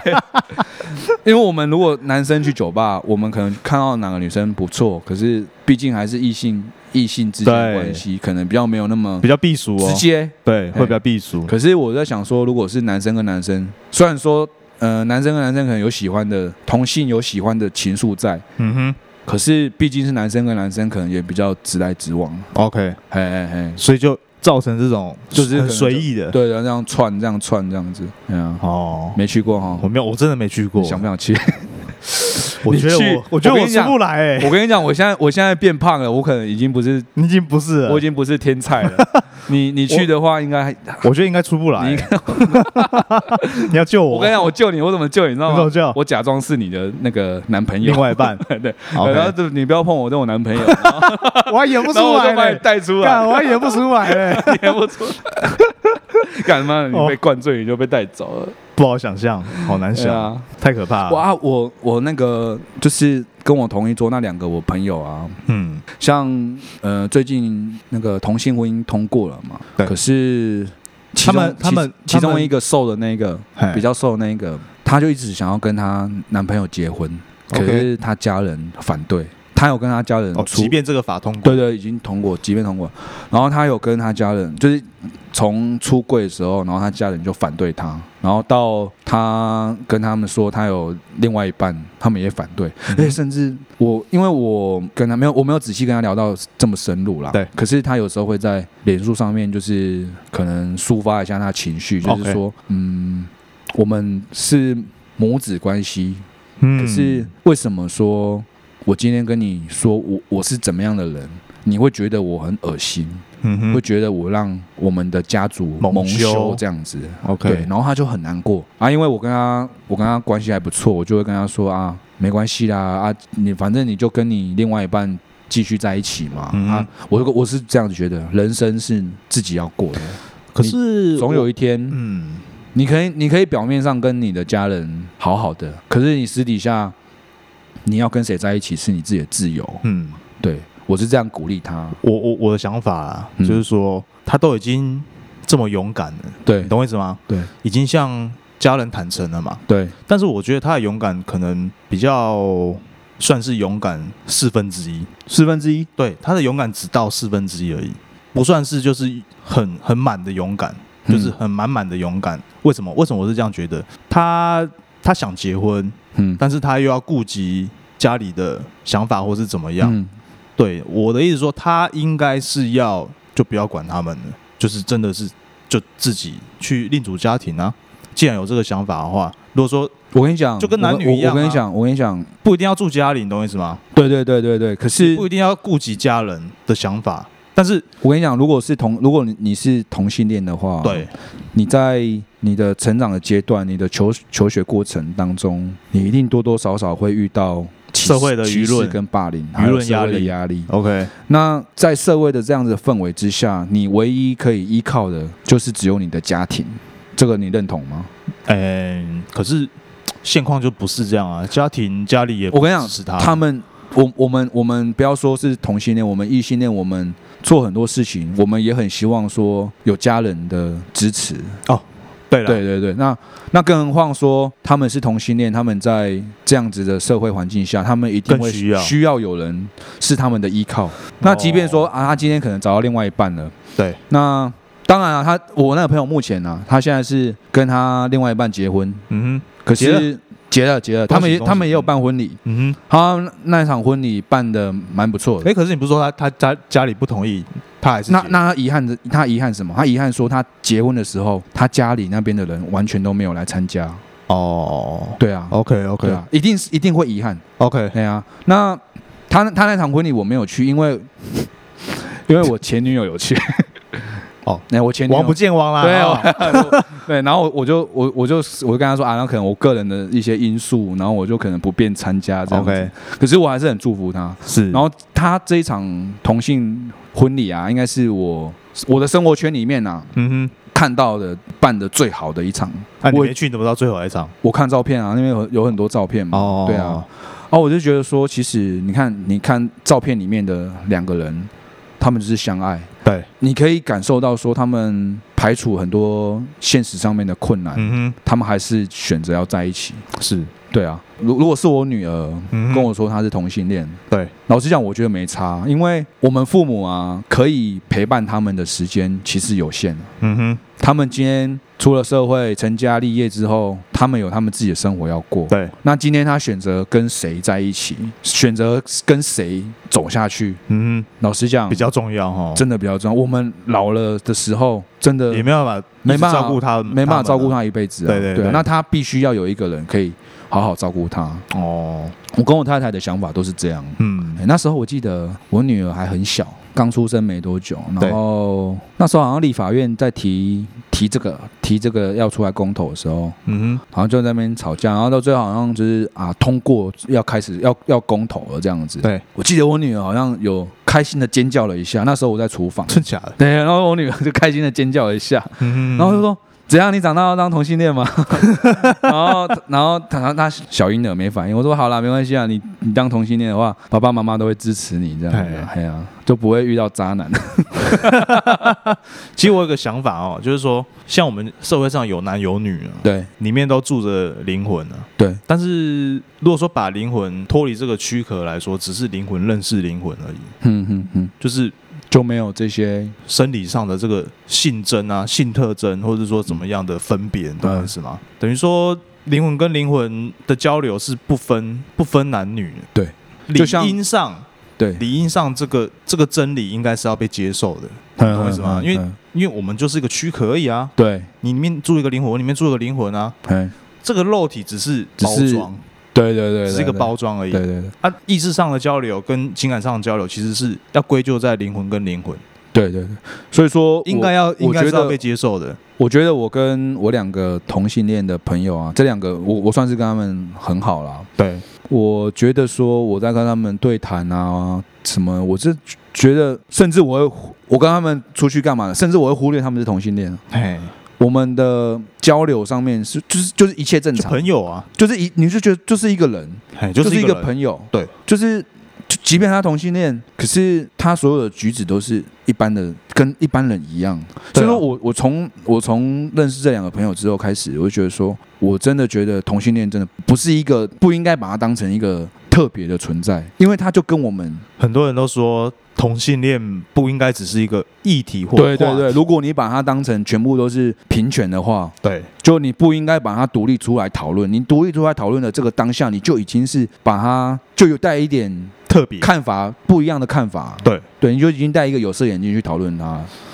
A: 因为我们如果男生去酒吧，我们可能看到哪个女生不错，可是毕竟还是异性异性之间的
B: 对
A: 关系，可能比较没有那么
B: 比较避俗哦
A: 直，接。
B: 对，会比较避俗。
A: 可是我在想说，如果是男生跟男生，虽然说呃男生跟男生可能有喜欢的同性有喜欢的情愫在，
B: 嗯
A: 可是毕竟是男生跟男生，可能也比较直来直往。
B: 哼，OK，
A: 嘿嘿嘿，
B: 所以就造成这种
A: 就是
B: 很随意的。
A: 对，然后啊这样串，这样串，这样子，嗯、啊，
B: 哦，
A: 没去过哈
B: 我，没有，我真的没去过。
A: 想不想去？
B: 我觉得
A: 你去
B: 我，我觉
A: 我跟
B: 得我
A: 你
B: 出
A: 讲
B: 不来哎，
A: [laughs] 我跟你讲，我现在我现在变胖了，我可能已经不是，
B: 你已经不是了，
A: 我
B: 我
A: 已经不是天菜
B: [laughs]
A: 了。你你去的话，应该
B: 我觉得应该出不来
A: 你
B: 欸。 [laughs] 你要救我，
A: 我跟你讲，我救你，我怎么救你，你知道
B: 你怎么
A: 吗？
B: 救
A: 我假装是你的那个男朋友
B: 另，外一半？
A: [laughs] 对，
B: OK
A: 然后就你不要碰我，这种男朋友，然后
B: 我还演 [laughs] 不
A: 然后
B: 出
A: 我就
B: 来
A: 把你
B: [laughs] 嘞，
A: 带出来
B: 干，，我还演不出来嘞，
A: [laughs] 你还不
B: [laughs]
A: 出来，干嘛？你
B: 哦
A: 被灌醉，你就被带走了，
B: 不好想象，好难
A: 对
B: 想，
A: 啊。
B: 太可怕
A: 我
B: 了。
A: 啊，我我那个就是跟我同一桌那两个我朋友啊，
B: 嗯，
A: 像呃最近那个同性婚姻通过了嘛，
B: 对
A: 可是其中
B: 他们
A: 其
B: 他们
A: 其
B: 他
A: 中
B: 们嗯
A: 一个瘦的那个
B: 嘿
A: 比较瘦的那个，她就一直想要跟她男朋友结婚，可
B: OK
A: 是她家人反对，她有跟她家人
B: 哦，
A: 出
B: 即便这个法通过，
A: 对对，已经通过，即便通过。然后他有跟他家人，就是从出柜的时候，然后他家人就反对他，然后到他跟他们说他有另外一半，他们也反对。
B: 嗯
A: 而且甚至我，因为我跟他没有，我没有仔细跟他聊到这么深入啦。
B: 对
A: 可是他有时候会在脸书上面，就是可能抒发一下他的情绪，就是说嗯，我们是母子关系，
B: 嗯
A: 可是为什么说我今天跟你说我我是怎么样的人，你会觉得我很恶心，
B: 嗯
A: 会
B: 哼
A: 觉得我让我们的家族
B: 蒙
A: 蒙羞
B: 羞
A: 这样子。对，
B: ，OK，
A: 然后他就很难过啊，因为我跟他，我跟他关系还不错，我就会跟他说啊，没关系啦，啊，你反正你就跟你另外一半继续在一起嘛，
B: 嗯
A: 啊，我就我是这样觉得，人生是自己要过的，
B: 可是
A: 总有
B: 一
A: 一天，
B: 嗯，
A: 你可以，你可以表面上跟你的家人好好的，可是你私底下你要跟谁在一起是你自己的自由，
B: 嗯，
A: 对我是这样鼓励他，
B: 我我我的想法啦，
A: 嗯
B: 就是说他都已经这么勇敢了，
A: 对
B: 你懂我意思吗？
A: 对
B: 已经向家人坦诚了嘛。
A: 对，
B: 但是我觉得他的勇敢可能比较算是勇敢四分之一，
A: 四分之一，
B: 对，他的勇敢只到四分之一而已，不算是就是很很满的勇敢，
A: 嗯
B: 就是很满满的勇敢。为什么？为什么我是这样觉得？他他想结婚，
A: 嗯，
B: 但是他又要顾及家里的想法或是怎么样。
A: 嗯
B: 对我的意思说，他应该是要就不要管他们了，就是真的是就自己去另组家庭啊。既然有这个想法的话，如果说
A: 我跟你讲，
B: 就跟男
A: 我
B: 女一样
A: 我我跟你
B: 啊
A: 讲，我跟你讲，
B: 不一定要住家里，你懂我意思吗？
A: 对对对对对，可是
B: 不一定要顾及家人的想法，但是
A: 我跟你讲，如果是同，如果你你是同性恋的话，
B: 对，
A: 你在你的成长的阶段，你的求求学过程当中，你一定多多少少会遇到歧视
B: 社会的舆
A: 歧
B: 论
A: 视跟霸凌，
B: 舆论
A: 还有社会的
B: 压力
A: 压力。
B: OK，
A: 那在社会的这样子的氛围之下，你唯一可以依靠的就是只有你的家庭，这个你认同吗？
B: 嗯、可是现况就不是这样啊，家庭家里也
A: 我跟你讲
B: 支持他，
A: 他们，我我们我们不要说是同性恋，我们异性恋，我们做很多事情，我们也很希望说有家人的支持。
B: 对了，
A: 对对对，那那更何况说他们是同性恋，他们在这样子的社会环境下，他们一定
B: 更
A: 会
B: 需要哦
A: 需要有人是他们的依靠。那即便说啊，他今天可能找到另外一半了，
B: 对，
A: 那当然啊，他我那个朋友目前呢、啊，他现在是跟他另外一半结婚，
B: 嗯哼，
A: 可
B: 结
A: 是结了结了，他们也
B: 恭喜恭喜
A: 他们也有办婚礼，
B: 嗯哼，
A: 他那一场婚礼办的蛮不错
B: 哎、
A: 的。
B: 可是你不是说他他家家里不同意，他还是
A: 那
B: 结
A: 那他遗憾的，他遗憾什么？他遗憾说他结婚的时候，他家里那边的人完全都没有来参加。
B: 哦
A: 对啊，
B: ，OK OK
A: 对啊，一定是一定会遗憾。
B: OK，
A: 对啊，那他他那场婚礼我没有去，因为 [laughs] 因为我前女友有 [laughs] 去。
B: 哦，
A: 那哎我前女友
B: 王不见王啦，
A: 对
B: 哦
A: 我 [laughs] 对，然后我我就我我就我就跟他说啊，然后可能我个人的一些因素，然后我就可能不便参加这样子。
B: OK
A: 可是我还是很祝福他。
B: 是，
A: 然后他这一场同性婚礼啊，应该是我我的生活圈里面啊
B: 嗯
A: 看到的办的最好的一场。
B: 哼，啊，你
A: 我
B: 没去，你不知道最后一场
A: 我看照片啊，因为有有很多照片嘛。
B: 哦
A: 对啊，哦，我就觉得说，其实你看，你看照片里面的两个人，他们就是相爱，
B: 对，
A: 你可以感受到说，他们排除很多现实上面的困难，
B: 嗯
A: 他们还是选择要在一起。
B: 哼，是，
A: 对啊，如如果是我女儿
B: 嗯哼
A: 跟我说她是同性恋，
B: 对，
A: 老实讲，我觉得没差，因为我们父母啊，可以陪伴他们的时间其实有限。
B: 嗯哼，
A: 他们今天出了社会、成家立业之后，他们有他们自己的生活要过。
B: 对，
A: 那今天他选择跟谁在一起，选择跟谁走下去，
B: 嗯哼，
A: 老实讲
B: 比，较重要哈，
A: 真的比较重要。我们老了的时候，真的
B: 也没办法，
A: 没办法
B: 照顾他，
A: 没办法照顾
B: 们
A: 他一辈子啊。
B: 对对对
A: 啊那他必须要有一个人可以好好照顾他。
B: 了哦，
A: 我跟我太太的想法都是这样。
B: 嗯
A: 哎那时候我记得我女儿还很小，刚出生没多久，
B: 对
A: 然后那时候好像立法院在提提这个提这个要出来公投的时候，
B: 嗯
A: 好像就在那边吵架，然后到最后好像就是啊通过要开始要要公投了这样子
B: 哼，。对，
A: 我记得我女儿好像有开心的尖叫了一下，那时候我在厨房，
B: 真假的，
A: 对，然后我女儿就开心的尖叫了一下，
B: 嗯哼，
A: 然后就说。怎样？你长大要当同性
B: [laughs]
A: 恋吗？然后，然后他他他小婴儿没反应。我说好啦，没关系啊，你你当同性恋的话，爸爸妈妈都会支持你这样子啊。哎呀、就不会遇到渣
B: [laughs]
A: 男。
B: 其实我有个想法哦，就是说，像我们社会上有男有女啊，
A: 对
B: 里面都住着灵魂啊。
A: 对，
B: 但是如果说把灵魂脱离这个躯壳来说，只是灵魂认识灵魂而已，
A: 嗯嗯嗯，
B: 就是
A: 就没有这些
B: 生理上的这个性征啊、性特征，或者说怎么样的分别，你懂我意思吗？等于说灵魂跟灵魂的交流是不分不分男女的。
A: 对，
B: 理
A: 就像
B: 应上
A: 对，
B: 理应上这个这个真理应该是要被接受的，
A: 懂
B: 我意思
A: 嗯
B: 吗因为因为我们就是一个躯壳而已啊，
A: 对，
B: 你里面住一个灵魂，我里面住一个灵魂啊，
A: 哎，
B: 这个肉体只是
A: 只
B: 包
A: 是
B: 装，
A: 对对对，
B: 只是一个包装
A: 对。
B: 而已。
A: 对对对
B: 啊，意识上的交流跟情感上的交流，其实是要归咎在灵魂跟灵魂，
A: 对对对，所以说
B: 应该要应该是
A: 觉
B: 要
A: 得
B: 被接受的。
A: 我觉得我跟我两个同性恋的朋友啊，这两个我我算是跟他们很好啦。
B: 对，
A: 我觉得说我在跟他们对谈啊，什么，我是觉得，甚至我会我跟他们出去干嘛，甚至我会忽略他们是同性恋。
B: 哎，
A: 我们的交流上面是就是就是一切正
B: 就
A: 常，
B: 朋友啊，
A: 就是一你就觉得就是一个人，
B: 哎，就
A: 一
B: 一
A: 个
B: 人
A: 朋友，
B: 对，
A: 就是就即便他同性恋，可是他所有的举止都是一般的，跟一般人一样。所
B: 对
A: 以
B: 啊
A: 说我我从我从认识这两个朋友之后开始，我就觉得说，我真的觉得同性恋真的不是一个不应该把它当成一个特别的存在，因为他就跟我们
B: 很多人都说同性恋不应该只是一个议题或
A: 对对
B: 话
A: 对，
B: 题
A: 如果你把它当成全部都是平权的话，
B: 对
A: 就你不应该把它独立出来讨论。你独立出来讨论的这个当下，你就已经是把它就有带一点
B: 特别
A: 看法不一样的看法，
B: 对
A: 对，你就已经戴一个有色眼镜去讨论 [laughs] 它。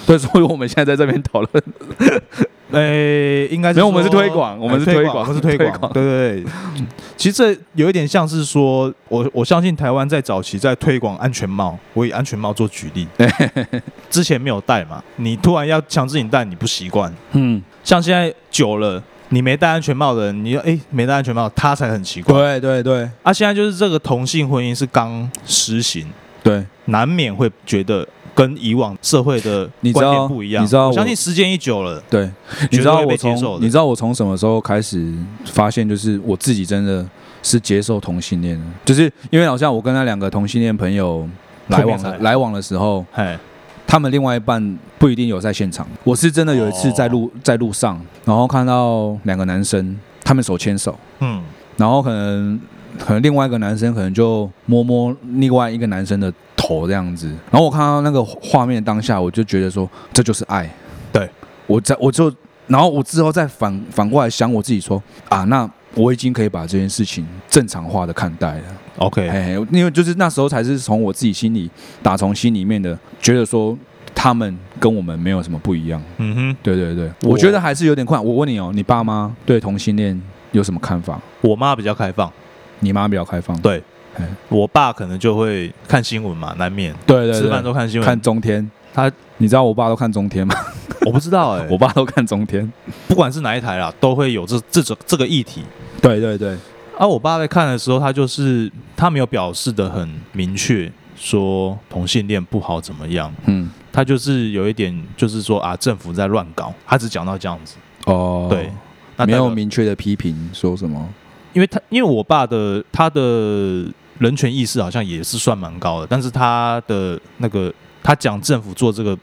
A: 所以说我们现在在这边讨论，
B: 诶，哎应该
A: 没
B: 是
A: 有我们是
B: 说
A: 推广我们是
B: 哎推
A: 推广
B: 我们是
A: [laughs]
B: 推
A: 推广
B: 广，对对对。其实这有一点像是说，我我相信台湾在早期在推广安全帽，我以安全帽做举
A: [laughs]
B: 例，之前没有戴嘛，你突然要强制你戴，你不习惯。
A: 嗯，
B: 像现在久了，你没戴安全帽的人，你哎没戴安全帽，他才很奇怪。
A: 对对对
B: 啊，现在就是这个同性婚姻是刚实行，
A: 对，
B: 难免会觉得跟以往社会的
A: 你知
B: 观
A: 道
B: 点不一样。
A: 你知道
B: 我
A: 我
B: 相信时间一久了，
A: 对，你
B: 绝对
A: 知道
B: 会被
A: 我
B: 接受
A: 从
B: 的
A: 你知道我从什么时候开始发现，就是我自己真的是接受同性恋的，就是因为好像我跟那两个同性恋朋友来往
B: 碰面才
A: 来往的时候，
B: 哎，
A: 他们另外一半不一定有在现场。我是真的有一次在路、在路上，然后看到两个男生，他们手牵手，
B: 嗯，
A: 然后可能可能另外一个男生可能就摸摸另外一个男生的头这样子，然后我看到那个画面当下，我就觉得说这就是爱。
B: 对，
A: 我在我就然后我之后再反反过来想我自己说啊，那我已经可以把这件事情正常化的看待了。
B: OK，
A: 哎，因为就是那时候才是从我自己心里打从心里面的觉得说他们跟我们没有什么不一样。
B: 嗯哼，
A: 对对对，
B: 我
A: 我觉得还是有点困难。我问你哦，你爸妈对同性恋有什么看法？
B: 我妈比较开放，
A: 你妈比较开放，
B: 对
A: 哎
B: 我爸可能就会看新闻嘛，难免
A: 对对
B: 吃饭
A: 对，
B: 都看新闻。 [laughs]
A: 看中天，
B: 他
A: 你知道我爸都看中天吗？
B: 我不知道哎、
A: 我爸都看中天。
B: 不管是哪一台啦，都会有这这种这个议题。
A: 对对对，
B: 啊，我爸在看的时候，他就是他没有表示的很明确，说同性恋不好怎么样，
A: 嗯，
B: 他就是有一点就是说啊，政府在乱搞，他只讲到这样子。
A: 哦，
B: 对，，那
A: 没
B: 代
A: 有
B: 表
A: 明确的批评说什么。
B: 因为他因为我爸的他的人权意识好像也是算蛮高的，但是他的那个他讲政府做这个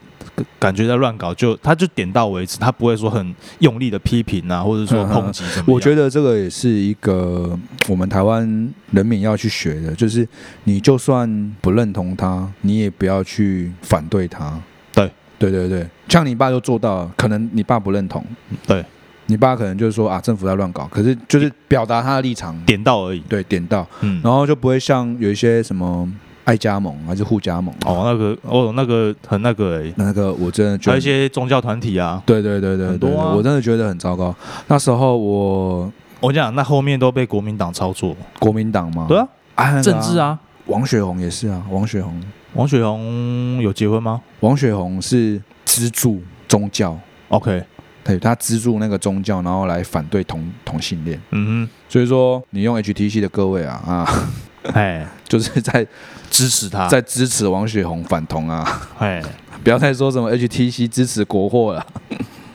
B: 感觉在乱搞，就他就点到为止，他不会说很用力的批评啊，或者说
A: 嗯嗯
B: 抨击什么样。
A: 我觉
B: 得
A: 得这个也是一个我们台湾人民要去学的，就是你就算不认同他，你也不要去反对他。
B: 对，
A: 对对对，像你爸就做到了，可能你爸不认同，
B: 对，
A: 你爸可能就是说啊，政府在乱搞，可是就是表达他的立场，
B: 点到而已。
A: 对，点到，
B: 嗯，
A: 然后就不会像有一些什么爱加盟啊还是互加盟
B: 哦，那个哦，那个很那个、欸，
A: 那个我真的觉
B: 还
A: 得
B: 有一些宗教团体啊，
A: 对对对对
B: 很
A: 对，
B: 多啊
A: 我真的觉得很糟糕。那时候我
B: 我讲那后面都被国民党操作。
A: 国民党嘛，
B: 对啊，
A: 啊，那个
B: 政治，啊。
A: 王雪红也是啊，王雪红，
B: 王雪红有结婚吗
A: 王雪红是资助宗教，
B: ？OK，
A: 对，他资助那个宗教，然后来反对同同性恋。
B: 嗯
A: 所以说，你用 HTC 的各位啊啊， [laughs]
B: 哼，哎，
A: 就是在
B: 支持他，
A: 在支持王雪红反同啊， [laughs]
B: 哎，
A: 不要再说什么 HTC 支持国货了。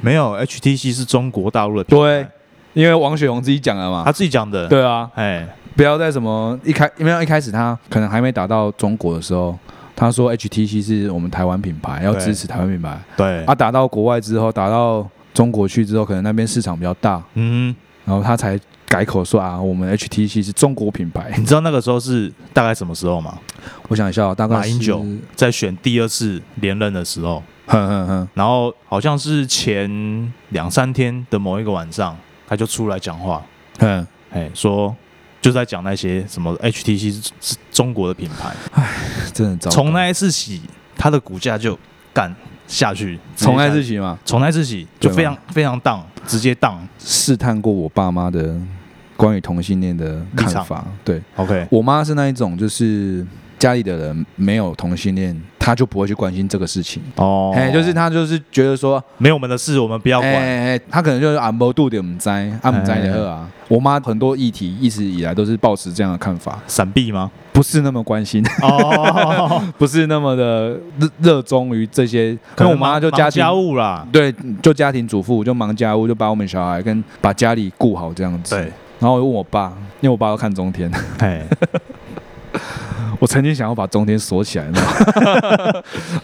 B: 没有 HTC 是中国大陆的品牌啊
A: 对，，因为王雪红自己讲了嘛
B: 他，自己讲的。，
A: 对啊，
B: 哎，
A: 不要在什么一开，因为一开始他可能还没打到中国的时候，他说 HTC 是我们台湾品牌，要
B: 对
A: 支持台湾品牌。啊
B: 对，
A: 他打到国外之后，打到中国去之后，可能那边市场比较大，
B: 嗯，
A: 然后他才改口说啊，我们 HTC 是中国品牌。 [laughs]
B: 你知道那个时候是大概什么时候吗？
A: 我想一下哦，大概
B: 马英
A: 是
B: 九在选第二次连任的时候，
A: 哼哼哼，
B: 然后好像是前两三天的某一个晚上，他就出来讲话，
A: 嗯，
B: 哎，说就在讲那些什么 HTC 是是中国的品牌。
A: 真的很糟糕。
B: 从那一次起，它的股价就干下去，直接
A: 从那
B: 下去
A: 事情嘛，
B: 从那次起就
A: 对吗
B: 非常非常荡，直接荡。
A: 试探过我爸妈的关于同性恋的看
B: 立
A: 法。对
B: OK，
A: 我妈是那一种，就是家里的人没有同性恋，她就不会去关心这个事情。
B: 哦，
A: 哎、就是她就是觉得说，
B: 没有我们的事，我们不要
A: 哎
B: 管。
A: 哎、哎她可能就是俺不度的唔知，俺不知的二
B: 嗯
A: 啊。我妈很多议题一直以来都是抱持这样的看法，
B: 闪避吗？
A: 不是那么关心， [laughs]
B: [laughs] 哦，
A: 不是那么的热热衷于这些。
B: 可
A: 跟
B: 能
A: 我妈
B: 忙
A: 就
B: 忙
A: 家庭
B: 家务啦。
A: 对，就家庭主妇，就忙家务，就把我们小孩跟把家里顾好这样子。
B: 对，
A: 然后我就问我爸，因为我爸要看中天， [laughs]
B: 哎，
A: 我曾经想要把中天锁起来嘛，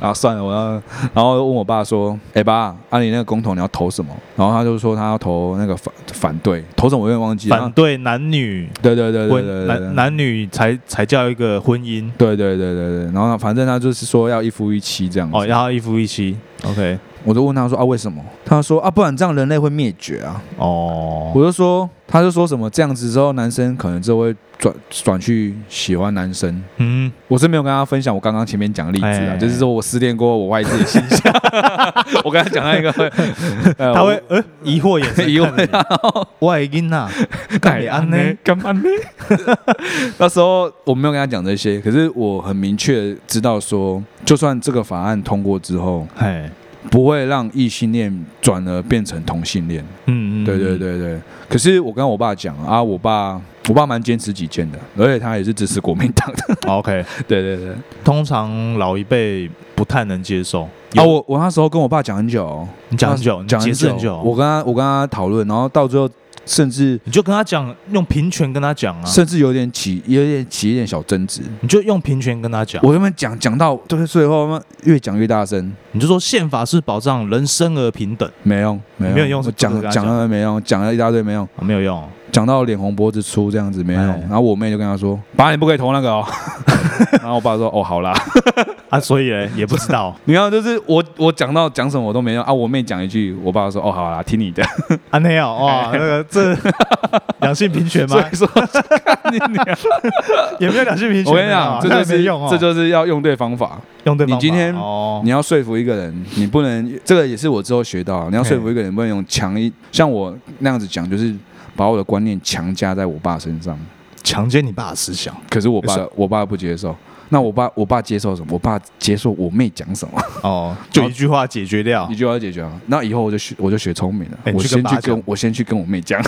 A: 啊，算了，我要，然后问我爸说，哎、爸，啊你那个公投你要投什么？然后他就说他要投那个反反对，投什么我有点忘记了。
B: 反对男女
A: 对对对对对
B: 婚
A: 对
B: 男
A: 对。
B: 男女才才叫一个婚姻
A: 对对对对对，然后反正他就是说要一夫一妻这样子，
B: 哦，然后一夫一妻。OK，
A: 我就问他说啊为什么？他说啊不然这样人类会灭绝啊。
B: 哦，
A: 我就说，他就说什么这样子之后，男生可能就会转转去喜欢男生。
B: 嗯，
A: 我是没有跟他分享我刚刚前面讲的例子啊，
B: 哎
A: 就是说我失恋过，我外自己形
B: [laughs]
A: 象。我跟他讲到一个，呃
B: 他会呃疑
A: [laughs]
B: 惑眼神
A: 疑惑
B: 看你，外因
A: 啊
B: 呐，
A: [laughs]
B: 干你安呢？
A: 干嘛呢？那时候我没有跟他讲这些，可是我很明确地知道说，就算这个法案通过之后，
B: 哎，
A: 不会让异性恋转而变成同性恋。
B: 嗯嗯，
A: 对对
B: 嗯，
A: 对对，可是我跟我爸讲啊，我爸我爸蛮坚持己见的，而且他也是支持国民党的。 [laughs]
B: 哦 OK，
A: 对对啊对，
B: 通常老一辈不太能接受。
A: 啊，
B: 有
A: 我我那时候跟我爸讲很久哦、
B: 你讲很久，你
A: 讲
B: 解释很久，
A: 我跟他我跟他讨论，然后到最后甚至
B: 你就跟他讲，用平权跟他讲啊，
A: 甚至有点起有点起一点小争执。
B: 你就用平权跟他讲，啊
A: 我他们讲讲到对最后，他妈越讲越大声，
B: 你就说宪法是保障人生而平等，
A: 没用没用，
B: 没有用
A: 我讲
B: 不是跟他
A: 讲了没用，讲了一大堆没用，
B: 啊、没有用，
A: 讲到脸红脖子粗这样子没用。
B: 哎
A: 然后我妹就跟他说：“爸，你不可以投那个哦。” [laughs] 然后我爸说：“哦，好 [laughs] 啦。”
B: 啊，所以嘞也不知道
A: 你看，就是我我讲到讲什么我都没用啊，我妹讲一句，我爸说哦好啦，听你的，
B: [laughs] 啊，没有哦，那个 [laughs] 这两性平权吗
A: 所？以说 [laughs] 看你娘
B: [laughs] 也没有两性平权啊，
A: [laughs] 我跟你讲，这 [laughs]
B: 那也
A: 就是
B: 没用哦，
A: 这就是要用对方法。
B: 用对方法
A: 你今天
B: 哦
A: 你要说服一个人，你不能这个也是我之后学到，你要说服一个人不能用强硬，像我那样子讲，就是把我的观念强加在我爸身上。
B: 强奸你爸的思想，
A: 可是我爸
B: 是啊
A: 我爸不接受，那我爸我爸接受什么？我爸接受我妹讲什么，
B: 哦，就一句话解决掉
A: 你，就要解决啊。那以后我就学我就学聪明了
B: 哎，你
A: 我
B: 去
A: 先
B: 跟
A: 去
B: 爸
A: 跟
B: 讲
A: 我先去跟我妹讲。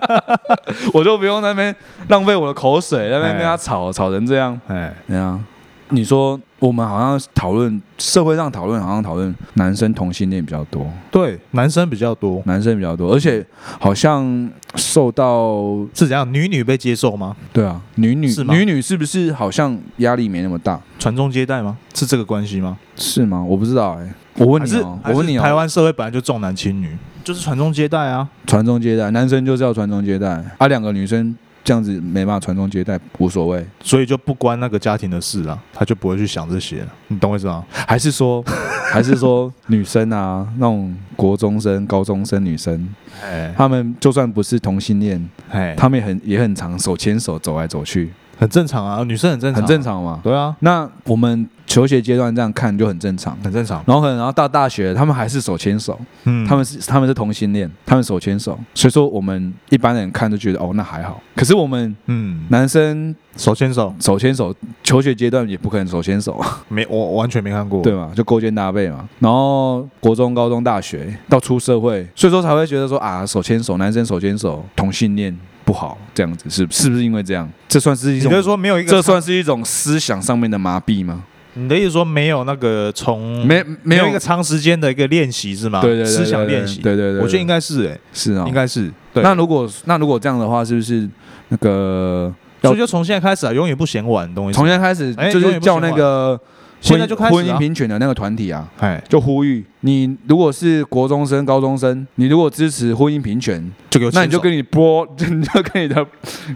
A: [laughs] 我就不用那边浪费我的口水，那边跟他吵吵成这样。
B: 哎，
A: 对啊，你说我们好像讨论社会上讨论，好像讨论男生同性恋比较多，
B: 对，男生比较多。
A: 男生比较多，而且好像受到
B: 是怎样？女女被接受吗？
A: 对啊，女女
B: 是吗
A: 女女是不是好像压力没那么大？
B: 传宗接代吗？是这个关系吗？
A: 是吗？我不知道哎、我问你哦、
B: 还是
A: 我问你
B: 还是台
A: 哦、
B: 湾社会本来就重男轻女，就是传宗接代啊。
A: 传宗接代，男生就是要传宗接代，啊，两个女生这样子没办法传宗接代，无所谓。
B: 所以就不关那个家庭的事了，他就不会去想这些了，你懂我意思吗？
A: 还是说， [laughs] 还是说女生啊，那种国中生、高中生女生，
B: 哎
A: 她们就算不是同性恋，
B: 哎，
A: 她们也很也很常手牵手走来走去，
B: 很正常啊，女生很正常，
A: 很正，常嘛。
B: 对啊，
A: 那我们求学阶段这样看就很正常。
B: 很正常。
A: 然后可能然后到大学，他们还是手牵手，
B: 嗯
A: 他们是他们是同性恋，他们手牵手，所以说我们一般人看就觉得哦那还好，可是我们
B: 嗯，
A: 男生
B: 手牵手
A: 手牵手，求学阶段也不可能手牵手，
B: 没，我我完全没看过。
A: 对嘛，就勾肩搭背嘛。然后国中、高中、大学到出社会，所以说才会觉得说啊，手牵手，男生手牵手，同性恋不好，这样子是是不是因为这样？这算是一
B: 你
A: 种
B: 的意思说没有一个，
A: 这算是一种思想上面的麻痹吗？
B: 你的意思说没有那个从
A: 没没
B: 嗯有
A: 有
B: 一个长时间的一个练习是吗？
A: 对对对
B: 思想练习，
A: 对对对对，
B: 我觉得应
A: 该
B: 该是哎，
A: 是啊、
B: 应该是对。
A: 那如果那如果这样的话，是不是那个要
B: 所以就从现在开始啊，永远不嫌晚，懂我意思
A: 从
B: 吗？
A: 现在开始
B: 哎
A: 就
B: 永
A: 是
B: 远不
A: 叫
B: 嫌
A: 那
B: 晚
A: 个
B: 现在
A: 婚
B: 就开始啊
A: 婚姻平权的那个团体啊？
B: 哎，
A: 就呼吁你，如果是国中生、高中生，你如果支持婚姻平权，
B: 就给我
A: 那你
B: 牵手
A: 就跟你波， [laughs] 你就跟你的、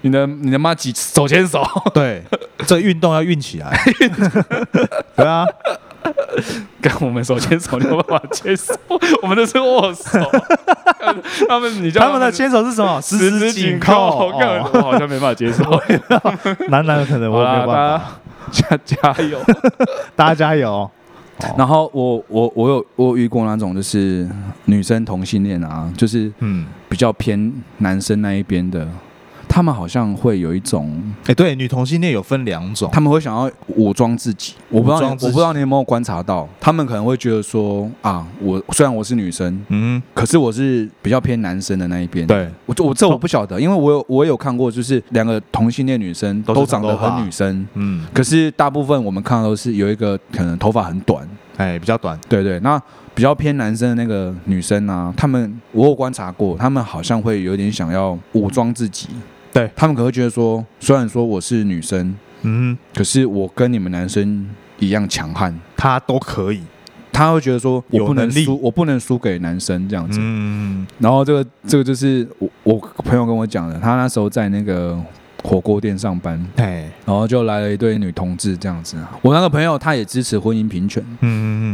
A: 你的、你的妈几手牵
B: [laughs]
A: 手，
B: 对这个运动要运起
A: [laughs]
B: 来，对啊，
A: [laughs] 跟我们手牵手，你有办法接受？我们都是握手， [laughs] 他们你叫
B: 他们的牵手是什么？十
A: [laughs] 十指紧
B: 紧
A: 扣，
B: 哦
A: 干我好像没办法接
B: [laughs]
A: 受。
B: 男男可能我
A: 好
B: 也
A: 啦
B: 没有办法，
A: 大家加加油！
B: 大家加油。
A: 然后我我我有我有遇过那种就是女生同性恋啊，就是 [laughs]
B: 嗯，
A: 比较偏男生那一边的，他们好像会有一种，
B: 哎、对，女同性恋有分两种，
A: 他们会想要武装自己。我不知道你，
B: 武装
A: 我
B: 自己
A: 不知道你有没有观察到，他们可能会觉得说啊，我虽然我是女生，
B: 嗯，
A: 可是我是比较偏男生的那一边。，
B: 对，
A: 我我这我不晓得，因为我有我有看过，就是两个同性恋女生
B: 都是
A: 都长得
B: 长头发
A: 很女生，
B: 嗯，
A: 可是大部分我们看到都是有一个可能头发很短，
B: 哎、比较短，
A: 对对，那比较偏男生的那个女生啊，他们我有观察过，他们好像会有点想要武装自己，
B: 对
A: 他们可能会觉得说，虽然说我是女生，
B: 嗯，
A: 可是我跟你们男生一样强悍，
B: 他都可以，
A: 他会觉得说我
B: 有
A: 不能
B: 能力
A: 输，我不能输给男生这样子。
B: 嗯，
A: 然后这个这个就是我我朋友跟我讲的，他那时候在那个火锅店上班，
B: 哎，
A: 然后就来了一对女同志这样子啊。我那个朋友他也支持婚姻平权，
B: 嗯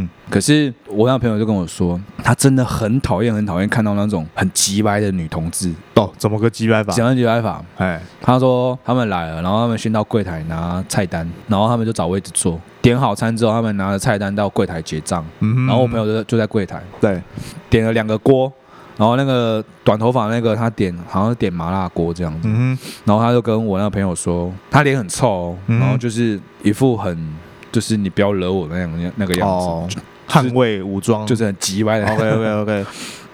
B: 嗯
A: 可是我那个朋友就跟我说，他真的很讨厌，很讨厌看到那种很急掰的女同志，
B: 嗯，哦，怎么个击败法？
A: 讲到急掰法，
B: 哎，
A: 他说他们来了，然后他们先到柜台拿菜单，然后他们就找位置坐，点好餐之后，他们拿着菜单到柜台结账，
B: 嗯，
A: 然后我朋友就就在柜台
B: 对，
A: 点了两个锅。然后那个短头发那个他点好像是点麻辣锅这样子，
B: 嗯
A: 然后他就跟我那个朋友说，他脸很臭、哦，
B: 嗯
A: 然后就是一副很就是你不要惹我那样那个
B: 哼，
A: 样子，
B: 哦，捍卫武装，哦
A: 就是很急歪的。
B: OK OK OK，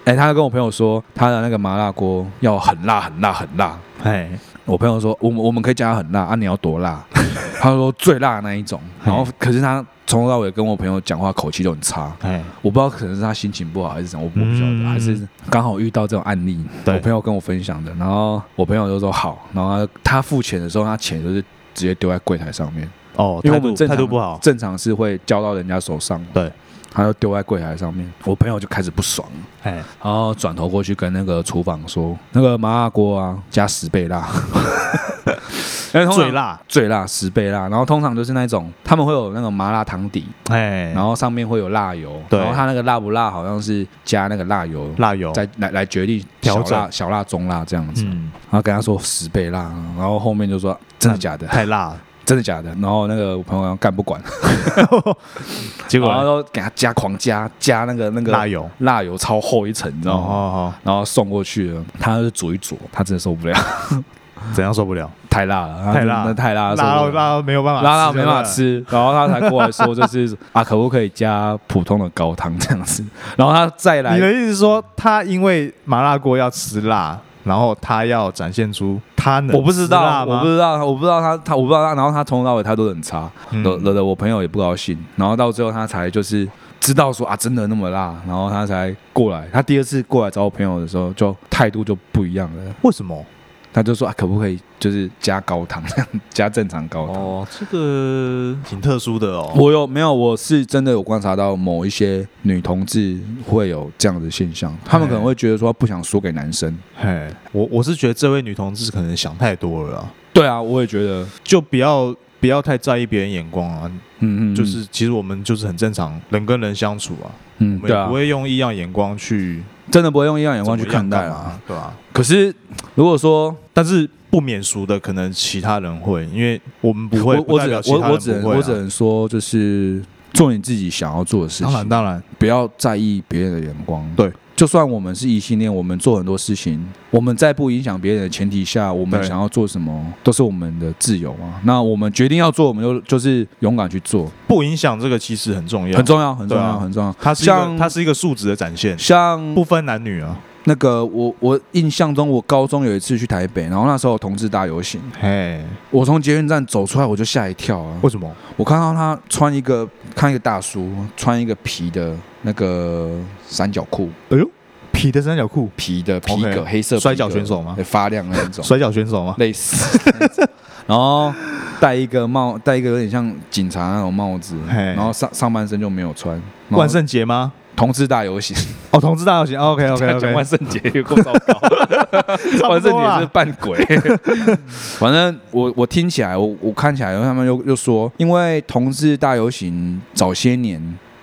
A: 哎、他跟我朋友说，他的那个麻辣锅要很辣、很辣、很辣。
B: 哎，
A: 我朋友说，我们我们可以加很辣啊，你要多
B: [laughs]
A: 辣？他说最辣的那一种。然后，可是他从头到尾跟我朋友讲话口气都很差，
B: 哎，
A: 我不知道可能是他心情不好还是怎么，我不我不晓得，
B: 嗯
A: 还是刚好遇到这种案例，
B: 对
A: 我朋友跟我分享的。然后我朋友就说好，然后他他付钱的时候，他钱就是直接丢在柜台上面，
B: 哦，
A: 因为
B: 态
A: 我们
B: 度
A: 正
B: 态
A: 常
B: 度不好，
A: 正常是会交到人家手上，
B: 对，
A: 他就丢在柜台上面。我朋友就开始不爽。
B: 哎，
A: 然后转头过去跟那个厨房说，那个麻辣锅啊，加十倍
B: [laughs]
A: 辣，因为通常
B: 最辣，
A: 最辣十倍辣，然后通常就是那种他们会有那个麻辣汤底，
B: 哎，
A: 然后上面会有辣油，
B: 对
A: 然后它那个辣不辣好像是加那个辣油。
B: 辣油，
A: 再来来决定
B: 调
A: 小
B: 整
A: 辣、小辣、中辣这样子，
B: 嗯，
A: 然后跟他说十倍辣，然后后面就说真的假的，
B: 太辣了，
A: 真的假的，然后那个我朋友干不管，
B: 结
A: 然后
B: 果
A: 都给他加狂加加那个那个
B: 辣油，
A: 辣油超厚一层，你知
B: 哦
A: 道吗？
B: 哦
A: 然后送过去了，他就煮一煮，他真的受不了， [laughs]
B: 哦，怎样受不了？
A: 太辣了，他
B: 太辣
A: 啊那太辣了，
B: 辣到
A: 受不了
B: 辣到没有办
A: [laughs]
B: 法，
A: 辣到没办法。吃，然后他才过来说，就是
B: [laughs]
A: 啊，可不可以加普通的高汤这样子？然后他再来
B: 你，的意思是说，他因为麻辣锅要吃辣，然后他要展现出他能
A: 我不知
B: 吃辣
A: 道，
B: 吗
A: 我不知道，我不知道他他我不知道他，然后他从头到尾态度很差，
B: 嗯
A: 惹惹得我朋友也不高兴，然后到最后他才就是知道说啊，真的那么辣，然后他才过来，他第二次过来找我朋友的时候，就态度就不一样了，
B: 为什么？
A: 他就说啊，可不可以就是加高汤， [laughs] 加正常高汤？
B: 哦，这个挺特殊的哦。
A: 我有没有？我是真的有观察到某一些女同志会有这样的现象，她们可能会觉得说不想输给男生。
B: 嘿，我我是觉得这位女同志可能想太多了啊，
A: 对啊，我也觉得，
B: 就不要不要太在意别人眼光啊。
A: 嗯嗯，
B: 就是其实我们就是很正常，人跟人相处啊，
A: 嗯，
B: 我
A: 对
B: 们也
A: 啊
B: 不，会用异样眼光去
A: 真的不会用异样眼
B: 眼
A: 光去看待啊。
B: 啊，对吧、
A: 可是如果说
B: 但是不免俗的，可能其他人会，因为我们不会，
A: 我
B: 不
A: 我
B: 代
A: 只
B: 表
A: 能
B: 其他
A: 我
B: 人
A: 我只能
B: 不会啊
A: 我只能说，就是做你自己想要做的事
B: 当然
A: 情，
B: 当然，
A: 不要在意别人的眼光。
B: 对。
A: 就算我们是异性恋，我们做很多事情，我们在不影响别人的前提下，我们
B: 对
A: 想要做什么都是我们的自由啊。那我们决定要做，我们就就是勇敢去做。
B: 不影响这个其实很重要，
A: 很重要，很重
B: 对
A: 要，
B: 啊
A: 很重要。
B: 它是一个
A: 像
B: 它是一个数值的展现，不
A: 像
B: 分男女啊。
A: 那个我我印象中，我高中有一次去台北，然后那时候有同志大游行，
B: 嘿，
A: 我从捷运站走出来我就吓一跳啊！
B: 为什么？
A: 我看到他穿一个看一个大叔穿一个皮的那个三角裤，
B: 哎呦，皮的三角裤，
A: 皮的皮
B: OK，
A: 革黑色皮革
B: 摔跤选手吗
A: 对发亮那一种，
B: 摔跤选手吗？
A: [laughs] 类似。 [laughs] 然后戴一个帽，戴一个有点像警察那种帽子，
B: 嘿
A: 然后上上半身就没有穿。然后
B: 万圣节吗？
A: 同志大 [laughs] 游行，
B: 哦，同志大游行。OK OK
A: 讲
B: [laughs] OK，
A: 万圣节有够糟
B: [laughs]
A: 糕。万圣节是
B: 啊
A: 扮 [laughs] 鬼。反正我我听起来，我我看起来，他们又又说，因为同志大游行早些年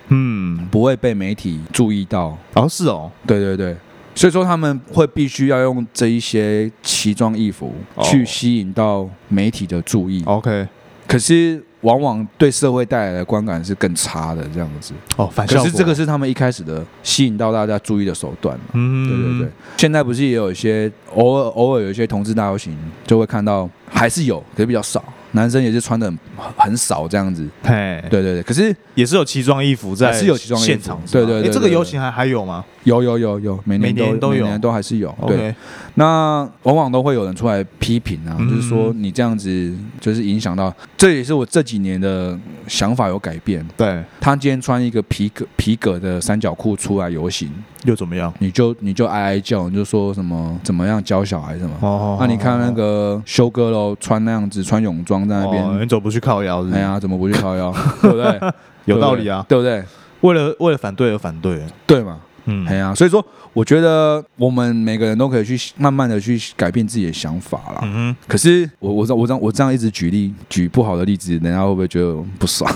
B: 嗯，
A: 不会被媒体注意到，
B: 哦是哦，
A: 对对对。所以说他们会必须要用这一些奇装异服
B: 哦
A: 去吸引到媒体的注意。
B: OK，
A: 可是往往对社会带来的观感是更差的这样子。
B: 哦，反效
A: 可
B: 果
A: 是这个，是他们一开始的吸引到大家注意的手段嘛。
B: 嗯，
A: 对对对，，现在不是也有一些偶尔偶尔有一些同志大游行，就会看到还是有，可是比较少，男生也是穿的很很少这样子。
B: 嘿，
A: 对对对，可是
B: 也是有奇装异服在，
A: 还是有奇装异服
B: 现场是吧，
A: 对对对对
B: 诶这个游行还还有吗
A: 有有有有，每年
B: 每年
A: 都
B: 都有
A: 每年都还是有。对，
B: ？OK，
A: 那往往都会有人出来批评啊，
B: 嗯
A: 就是说你这样子就是影响到，这也是我这几年的想法有改变。
B: 对，
A: 他今天穿一个皮革皮革的三角裤出来游行，
B: 又怎么样？
A: 你就你就哀哀叫，你就说什么怎么样教小孩什么。
B: 哦
A: 那、你看那个修哥喽，穿那样子穿泳装在那边，
B: 哦你走不去靠腰是不是？
A: 哎呀，怎么不去靠腰？ [laughs] 对不对？
B: [laughs] 有道理啊，
A: 对不对？
B: 为了为了反对而反对，
A: 对嘛？
B: 嗯
A: 哎，呀、所以说，我觉得我们每个人都可以去慢慢的去改变自己的想法啦。
B: 嗯哼，
A: 可是我我这样我这样我这样一直举例举不好的例子，人家会不会觉得不爽？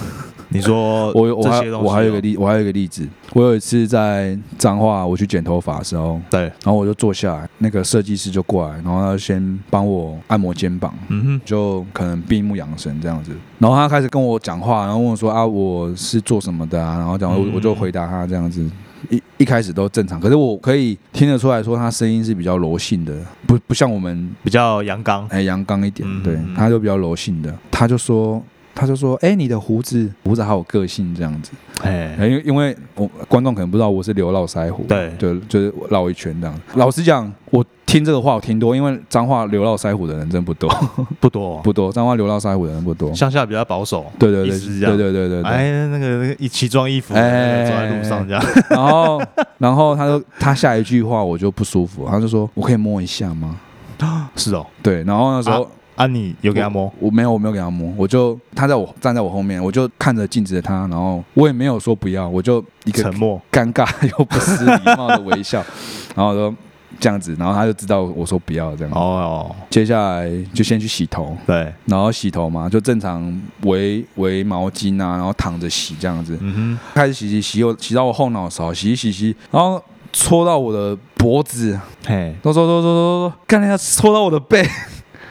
B: 你说
A: 我有我
B: 呃这
A: 还
B: 些东西，哦
A: 我还有一个，例我还有一个例子，我有一次在彰化我去剪头发的时候，
B: 对，
A: 然后我就坐下来，那个设计师就过来，然后他先帮我按摩肩膀，
B: 嗯
A: 就可能闭目养神这样子。然后他开始跟我讲话，然后问我说啊，我是做什么的啊？然后讲我
B: 嗯
A: 我就回答他这样子。一一开始都正常，可是我可以听得出来说他声音是比较柔性的，不不像我们
B: 哼，比较阳刚，
A: 哎阳刚一点，
B: 嗯
A: 对，他就比较柔性的。他就说他就说哎、你的胡子胡子好有个性这样子，
B: 哎，
A: 哎因为因为我观众可能不知道我是留络腮胡，
B: 对
A: 对，就是绕一圈这样。老实讲，我听这个话我听多，因为脏话留络腮胡的人真不多， [laughs]
B: 不多，
A: 不多，脏话留络腮胡的人不多。
B: 乡下比较保守，
A: 对对
B: 意
A: 对，
B: 思是这样
A: 对对对对对。
B: 哎，那个那个奇装异服，
A: 哎
B: 那个走在路上这样，
A: 然后，然后他说他下一句话我就不舒服，他就说我可以摸一下吗？
B: [laughs] 是哦，
A: 对，然后那时候
B: 啊，你有给他摸，
A: 哎我没有我没有给他摸，我就他在我站在我后面，我就看着镜子的他，然后我也没有说不要，我就一个
B: 沉默，
A: 尴尬又不失礼貌的微
B: [laughs]
A: 笑，然后我说这样子，然后他就知道我说不要这样。
B: 哦，
A: 接下来就先去洗头，
B: 对，
A: 然后洗头嘛，就正常围围毛巾啊，然后躺着洗这样子。
B: 嗯哼，
A: 开始洗洗洗，我洗到我后脑勺，洗一洗洗，然后戳到我的脖子，
B: 嘿，
A: 戳戳戳戳戳戳，干了一下戳到我的
B: [laughs]
A: 背，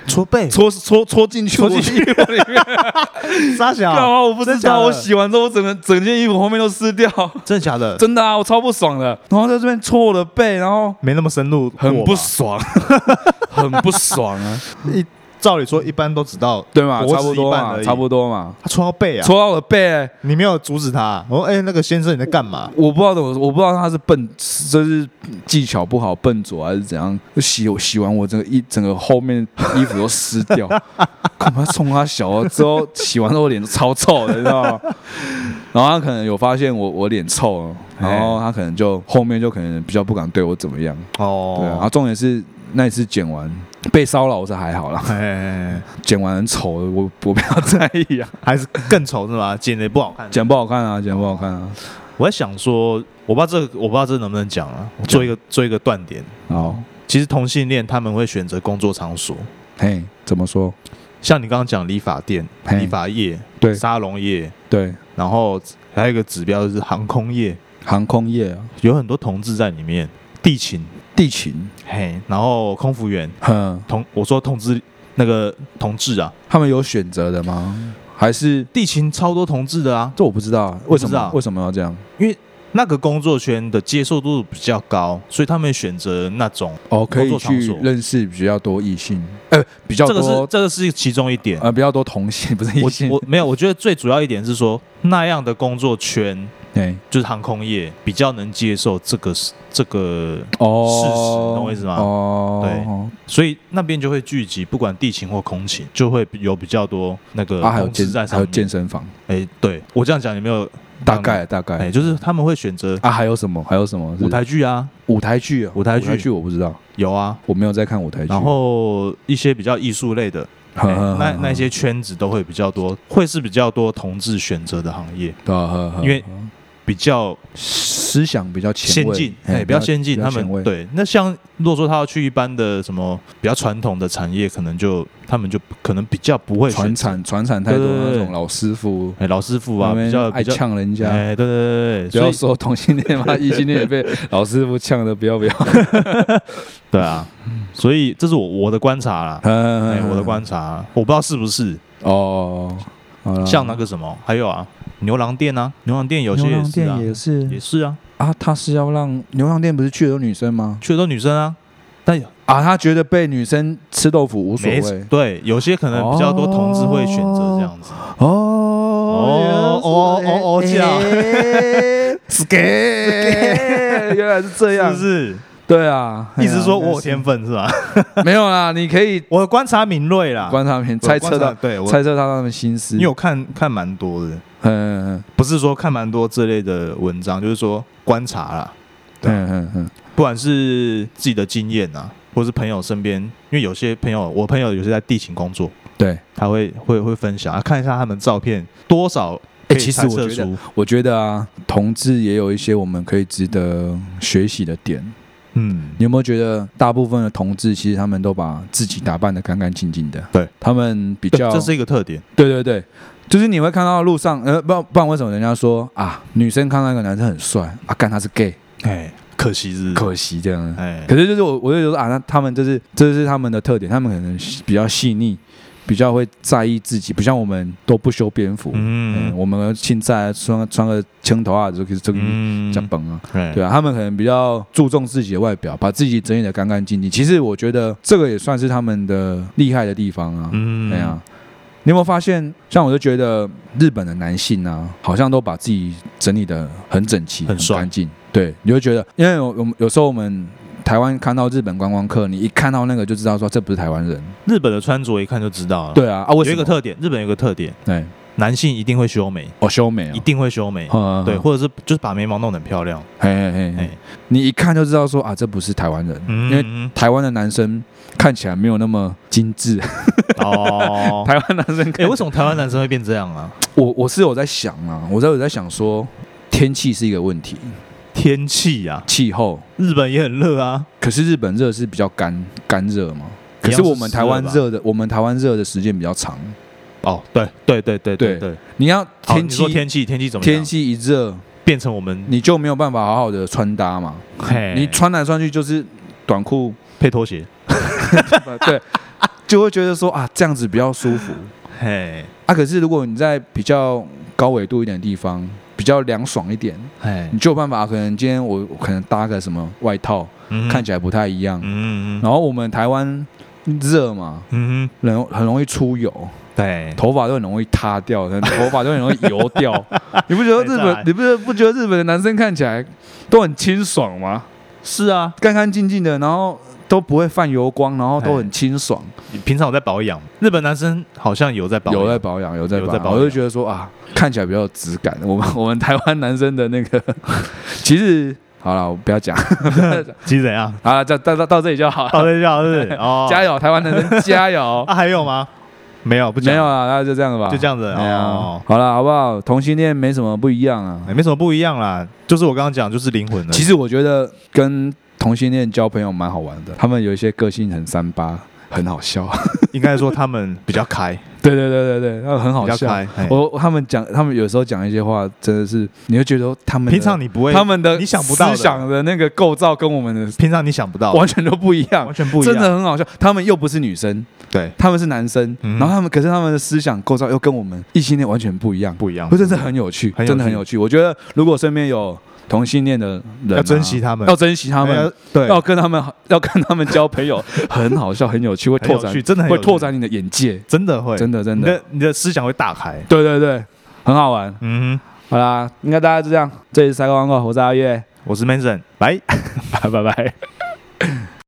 B: 搓
A: [laughs]
B: 背，
A: 戳戳戳进去，
B: 戳进去
A: 我的衣服里面。
B: 傻
A: 干
B: 小，
A: 嘛？我不知
B: 真假
A: 道，
B: 的
A: 我洗完之后，我整个整件衣服后面都湿掉， [laughs]
B: 真的假的？
A: 真的啊，我超不爽的。然后在这边戳我的背，然后
B: 没那么深入过吧，
A: 很不 [laughs] 爽，很不爽啊，
B: 一照理说一般都只到
A: 对嘛？
B: 脖
A: 差
B: 子
A: 不
B: 一
A: 多
B: 半
A: 嘛，
B: 而已
A: 差不多嘛，
B: 他戳到背啊，
A: 戳到我的背。
B: 你没有阻止他。我说：“哎、那个先生你在干嘛
A: 我不知道怎么，我不知道他是笨，就是技巧不好、笨拙还是怎样。洗我洗完我整个一整个后面衣服都湿掉，干嘛冲他小啊？之后洗完之后我脸都超臭的，你知道吗？然后他可能有发现我我脸臭了，然后他可能就后面就可能比较不敢对我怎么样。？”对啊，然
B: 哦，
A: 后重点是那一次剪完被骚扰是还好啦，
B: 哎、哎
A: 剪完很丑，我我不要在意啊， [laughs]
B: 还是更丑是吧？剪的也不好看。
A: 剪不好看啊，剪不好看啊。
B: 我在想说，我不知道这个，我不知道这能不能讲啊。我做一个做一个断点，
A: 好，
B: 其实同性恋他们会选择工作场所，
A: 嘿，怎么说？
B: 像你刚刚讲理发店、
A: 嘿
B: 理发业、
A: 对
B: 沙龙业，
A: 对，
B: 然后还有一个指标就是航空业，
A: 航空业啊。
B: 有很多同志在里面，地勤，
A: 地勤，
B: 嘿，然后空服员，
A: 哼，
B: 同我说同志那个同志啊，
A: 他们有选择的吗？还是
B: 地勤超多同志的啊，
A: 这我不知道啊，
B: 我
A: 为
B: 不
A: 什
B: 知
A: 么
B: 道
A: 为什么要这样？
B: 那个工作圈的接受度比较高，所以他们选择那种，
A: 哦，可以
B: 工作场
A: 去
B: 所
A: 认识比较多异性，呃，比较
B: 这个是
A: 多
B: 这个是其中一点。
A: 呃比较多同性， [laughs] 不是异
B: 我
A: 性。
B: 我没有，我觉得最主要一点是说，那样的工作圈
A: 对，
B: 就是航空业比较能接受这个这个，
A: 哦，
B: 事实懂我意思吗
A: 哦，
B: 所以那边就会聚集，不管地勤或空勤，就会有比较多那个
A: 啊，还有
B: 呃同
A: 健
B: 志在
A: 还
B: 上
A: 有
B: 面。
A: 健身房，
B: 哎、对我这样讲有没有？
A: 大概大概
B: 哎、就是他们会选择
A: 啊，还有什么？还有什么是
B: 舞台剧啊，
A: 舞台剧啊？
B: 舞台
A: 舞
B: 剧
A: 台剧我不知道，
B: 有啊，
A: 我没有在看舞台剧。
B: 然后一些比较艺术类的，
A: [laughs] 呵，
B: 哎
A: 呵
B: 那
A: 呵
B: 那些圈子都会比较多，会是比较多同志选择的行业，
A: 呵呵呵
B: 因为
A: 呵
B: 比较
A: 思想比较前
B: 先
A: 卫
B: 进，哎，比较先进。他们对，那像如果说他要去一般的什么比较传统的产业，可能就他们就可能比较不会
A: 传
B: 选择，
A: 产传产太多
B: 对对对
A: 那
B: 对
A: 种老师傅，
B: 哎，老师傅
A: 他
B: 啊，
A: 们
B: 比较
A: 爱
B: 比较，
A: 呛人家，
B: 哎，对对对
A: 不
B: 对，所
A: 要
B: 以
A: 说同性恋
B: [laughs]
A: 嘛，异性恋也被老师傅呛的不要不要。
B: 对啊，
A: 嗯
B: 所哎以这是我我的观察啦，哎，我的观察，我不知道是不是，
A: [laughs] 哦，好啦
B: 像那个什么，还有啊，牛郎店啊，牛郎店有些
A: 牛
B: 也
A: 郎
B: 是啊
A: 店，也是
B: 也是啊，
A: 啊，他是要让牛郎店不是去的都女生吗？
B: 去的都女生啊，但
A: 啊，他觉得被女生吃豆腐无所
B: 没
A: 谓
B: 对，有些可能比较多同志会选择这样子，
A: 哦哦
B: 哦哦哦这样哎
A: s c
B: [laughs]
A: a 原来是这样，
B: 是不是？
A: 对啊，
B: [laughs] 一直说我有
A: 天
B: 天分是吧？
A: [laughs] 没有啦，你可以
B: 我观察敏锐啦，
A: 观
B: [laughs]
A: 察片
B: 我
A: 猜测
B: 观察
A: 到，
B: 对我，
A: 猜测到他们心思。
B: 因为我看看蛮多的，
A: 嗯嗯
B: 不是说看蛮多这类的文章，就是说观察啦，对啊
A: 嗯嗯嗯，
B: 不管是自己的经验啊，或是朋友身边，因为有些朋友，我朋友有些在地勤工作，
A: 对。
B: 他会会会分享、啊，看一下他们照片，多少可
A: 欸
B: 以
A: 其实
B: 猜
A: 我
B: 测
A: 觉得
B: 出，
A: 我觉得啊，同志也有一些我们可以值得学习的点。
B: 嗯
A: 你有没有觉得大部分的同志其实他们都把自己打扮得干干净净的？
B: 对，
A: 他们比
B: 对
A: 较
B: 这是一个特点，
A: 对对对，就是你会看到路上，呃，不不然为什么人家说啊，女生看到一个男生很帅啊，干他是 gay，
B: 哎，可惜是，
A: 可惜这样。
B: 哎，
A: 可是就是我，我就觉得啊，那他们就是这是他们的特点，他们可能比较细腻，比较会在意自己，不像我们都不修边幅。嗯
B: 嗯
A: 我们现在穿穿个青头啊，就可以这个
B: 嗯
A: 讲本啊，
B: 哎
A: 对啊，他们可能比较注重自己的外表，把自己整理的干干净净。其实我觉得这个也算是他们的厉害的地方啊。
B: 嗯
A: 对啊，你有没有发现？像我就觉得日本的男性啊，好像都把自己整理的很整齐、
B: 很帅
A: 干净。对，你会觉得，因为有有有时候我们台湾看到日本观光客，你一看到那个就知道说这不是台湾人。
B: 日本的穿着一看就知道了，，
A: 对啊，啊，为什么？
B: 有一个特点，日本有一个特点，
A: 对，
B: 男性一定会修眉，
A: 哦，修眉、
B: 一
A: 哦，
B: 定会修眉，
A: 嗯
B: 对，，或者是就是把眉毛弄得很漂亮，
A: 嘿嘿嘿嘿
B: 哎，，
A: 你一看就知道说啊，这不是台湾人，因为。
B: 嗯
A: 台湾的男生看起来没有那么精致，，
B: 哦
A: 台湾男生
B: [laughs] 哎，
A: 看
B: 为什么台湾男生会变这样啊？
A: 我我是有在想啊，我在有在想说，天气是一个问题，
B: 天气啊，
A: 气候
B: 日本也很热啊，
A: 可是日本热是比较干干热嘛，可
B: 一样
A: 是
B: 是
A: 我们台湾
B: 湿热
A: 热的，我们台湾热的时间比较长。
B: 哦，对对对对
A: 对
B: 对，
A: 你要
B: 好
A: 天
B: 哦你说
A: 气
B: 天气天气怎么样
A: 天气一热，
B: 变成我们
A: 你就没有办法好好的穿搭嘛，
B: 嘿
A: 你穿来穿去就是短裤，
B: 配拖鞋，
A: 对，就会觉得说啊这样子比较舒
B: [laughs]
A: 服
B: 嘿
A: 啊。可是如果你在比较高纬度一点的地方，比较凉爽一点，
B: 嘿
A: 你，就有办法。可能今天我我可能搭个什么外套，看起来不太一样
B: 来。嗯嗯嗯
A: 然后我们台湾热嘛，
B: 嗯嗯，
A: 很很容易出油。
B: 对，
A: 头发都很容易塌掉，头发都很容易油掉。 [laughs] 你不觉得日
B: 没错
A: 本？你不觉得不觉得日本的男生看起来都很清爽吗？
B: 是啊，
A: 干干净净的，然后都不会泛油光，然后都很清爽，
B: 你平常有在保养，日本男生好像有在保养，
A: 有在保养，有在
B: 有
A: 保
B: 在
A: 养。
B: 保养
A: 我就觉得说啊，看起来比较有质感。我们 [laughs] 我们台湾男生的那 [laughs] 个，其实好了，我不要讲，不要讲
B: 其实
A: [laughs]
B: 怎样？
A: 好了，到到到到这里就好了。
B: 哦，对，笑
A: [laughs]
B: 是不是哦，
A: 加油，台湾男 [laughs] 生加油！
B: 啊，还有吗？没有，不讲
A: 没有，啊，那就这样吧，
B: 就这样子
A: 哎呀
B: 哦，
A: 好了，好不好？同性恋没什么不一样啊。
B: 哎没什么不一样啦，就是我刚刚讲，就是灵魂了。
A: 其实我觉得跟同性恋交朋友蛮好玩的，他们有一些个性很三八，很好笑。 [laughs]
B: 应该说他们比较开，
A: 对对对对对，他们很
B: 比
A: 好
B: 较
A: 笑。
B: 开。嘿
A: 我他们讲，他们有时候讲一些话，真的是你会觉得他们的
B: 平常你不会，
A: 他们的
B: 你想不到的
A: 思想的那个构造跟我们的
B: 平常你想不到，
A: 完全都不一样
B: 完。全不一样，
A: 真的很好笑，他们又不是女生，
B: 对，
A: 他们是男生，
B: 嗯
A: 然后他们可是他们的思想构造又跟我们异性恋完全不一样，
B: 不一样
A: 不，真的很有趣，
B: 很有趣
A: 真的很有趣。我觉得如果身边有同性恋的人啊、
B: 要珍惜他们，哎
A: 要珍惜他们，
B: 对，
A: 要跟他们好 [laughs] 要跟他们交朋
B: [laughs]
A: 友，很好笑，很有趣，会
B: 很有
A: 拓展
B: 趣，真的很有
A: 会
B: 趣
A: 拓，展你的眼界，
B: 真的会，
A: 真的真
B: 你
A: 的，
B: 的你的思想会大开。
A: 对对对，很好玩。
B: 嗯
A: 好啦，应该大家就这样，这里是赛高广告，我是阿月，
B: 哼，我是 Mason，拜。
A: 拜拜拜。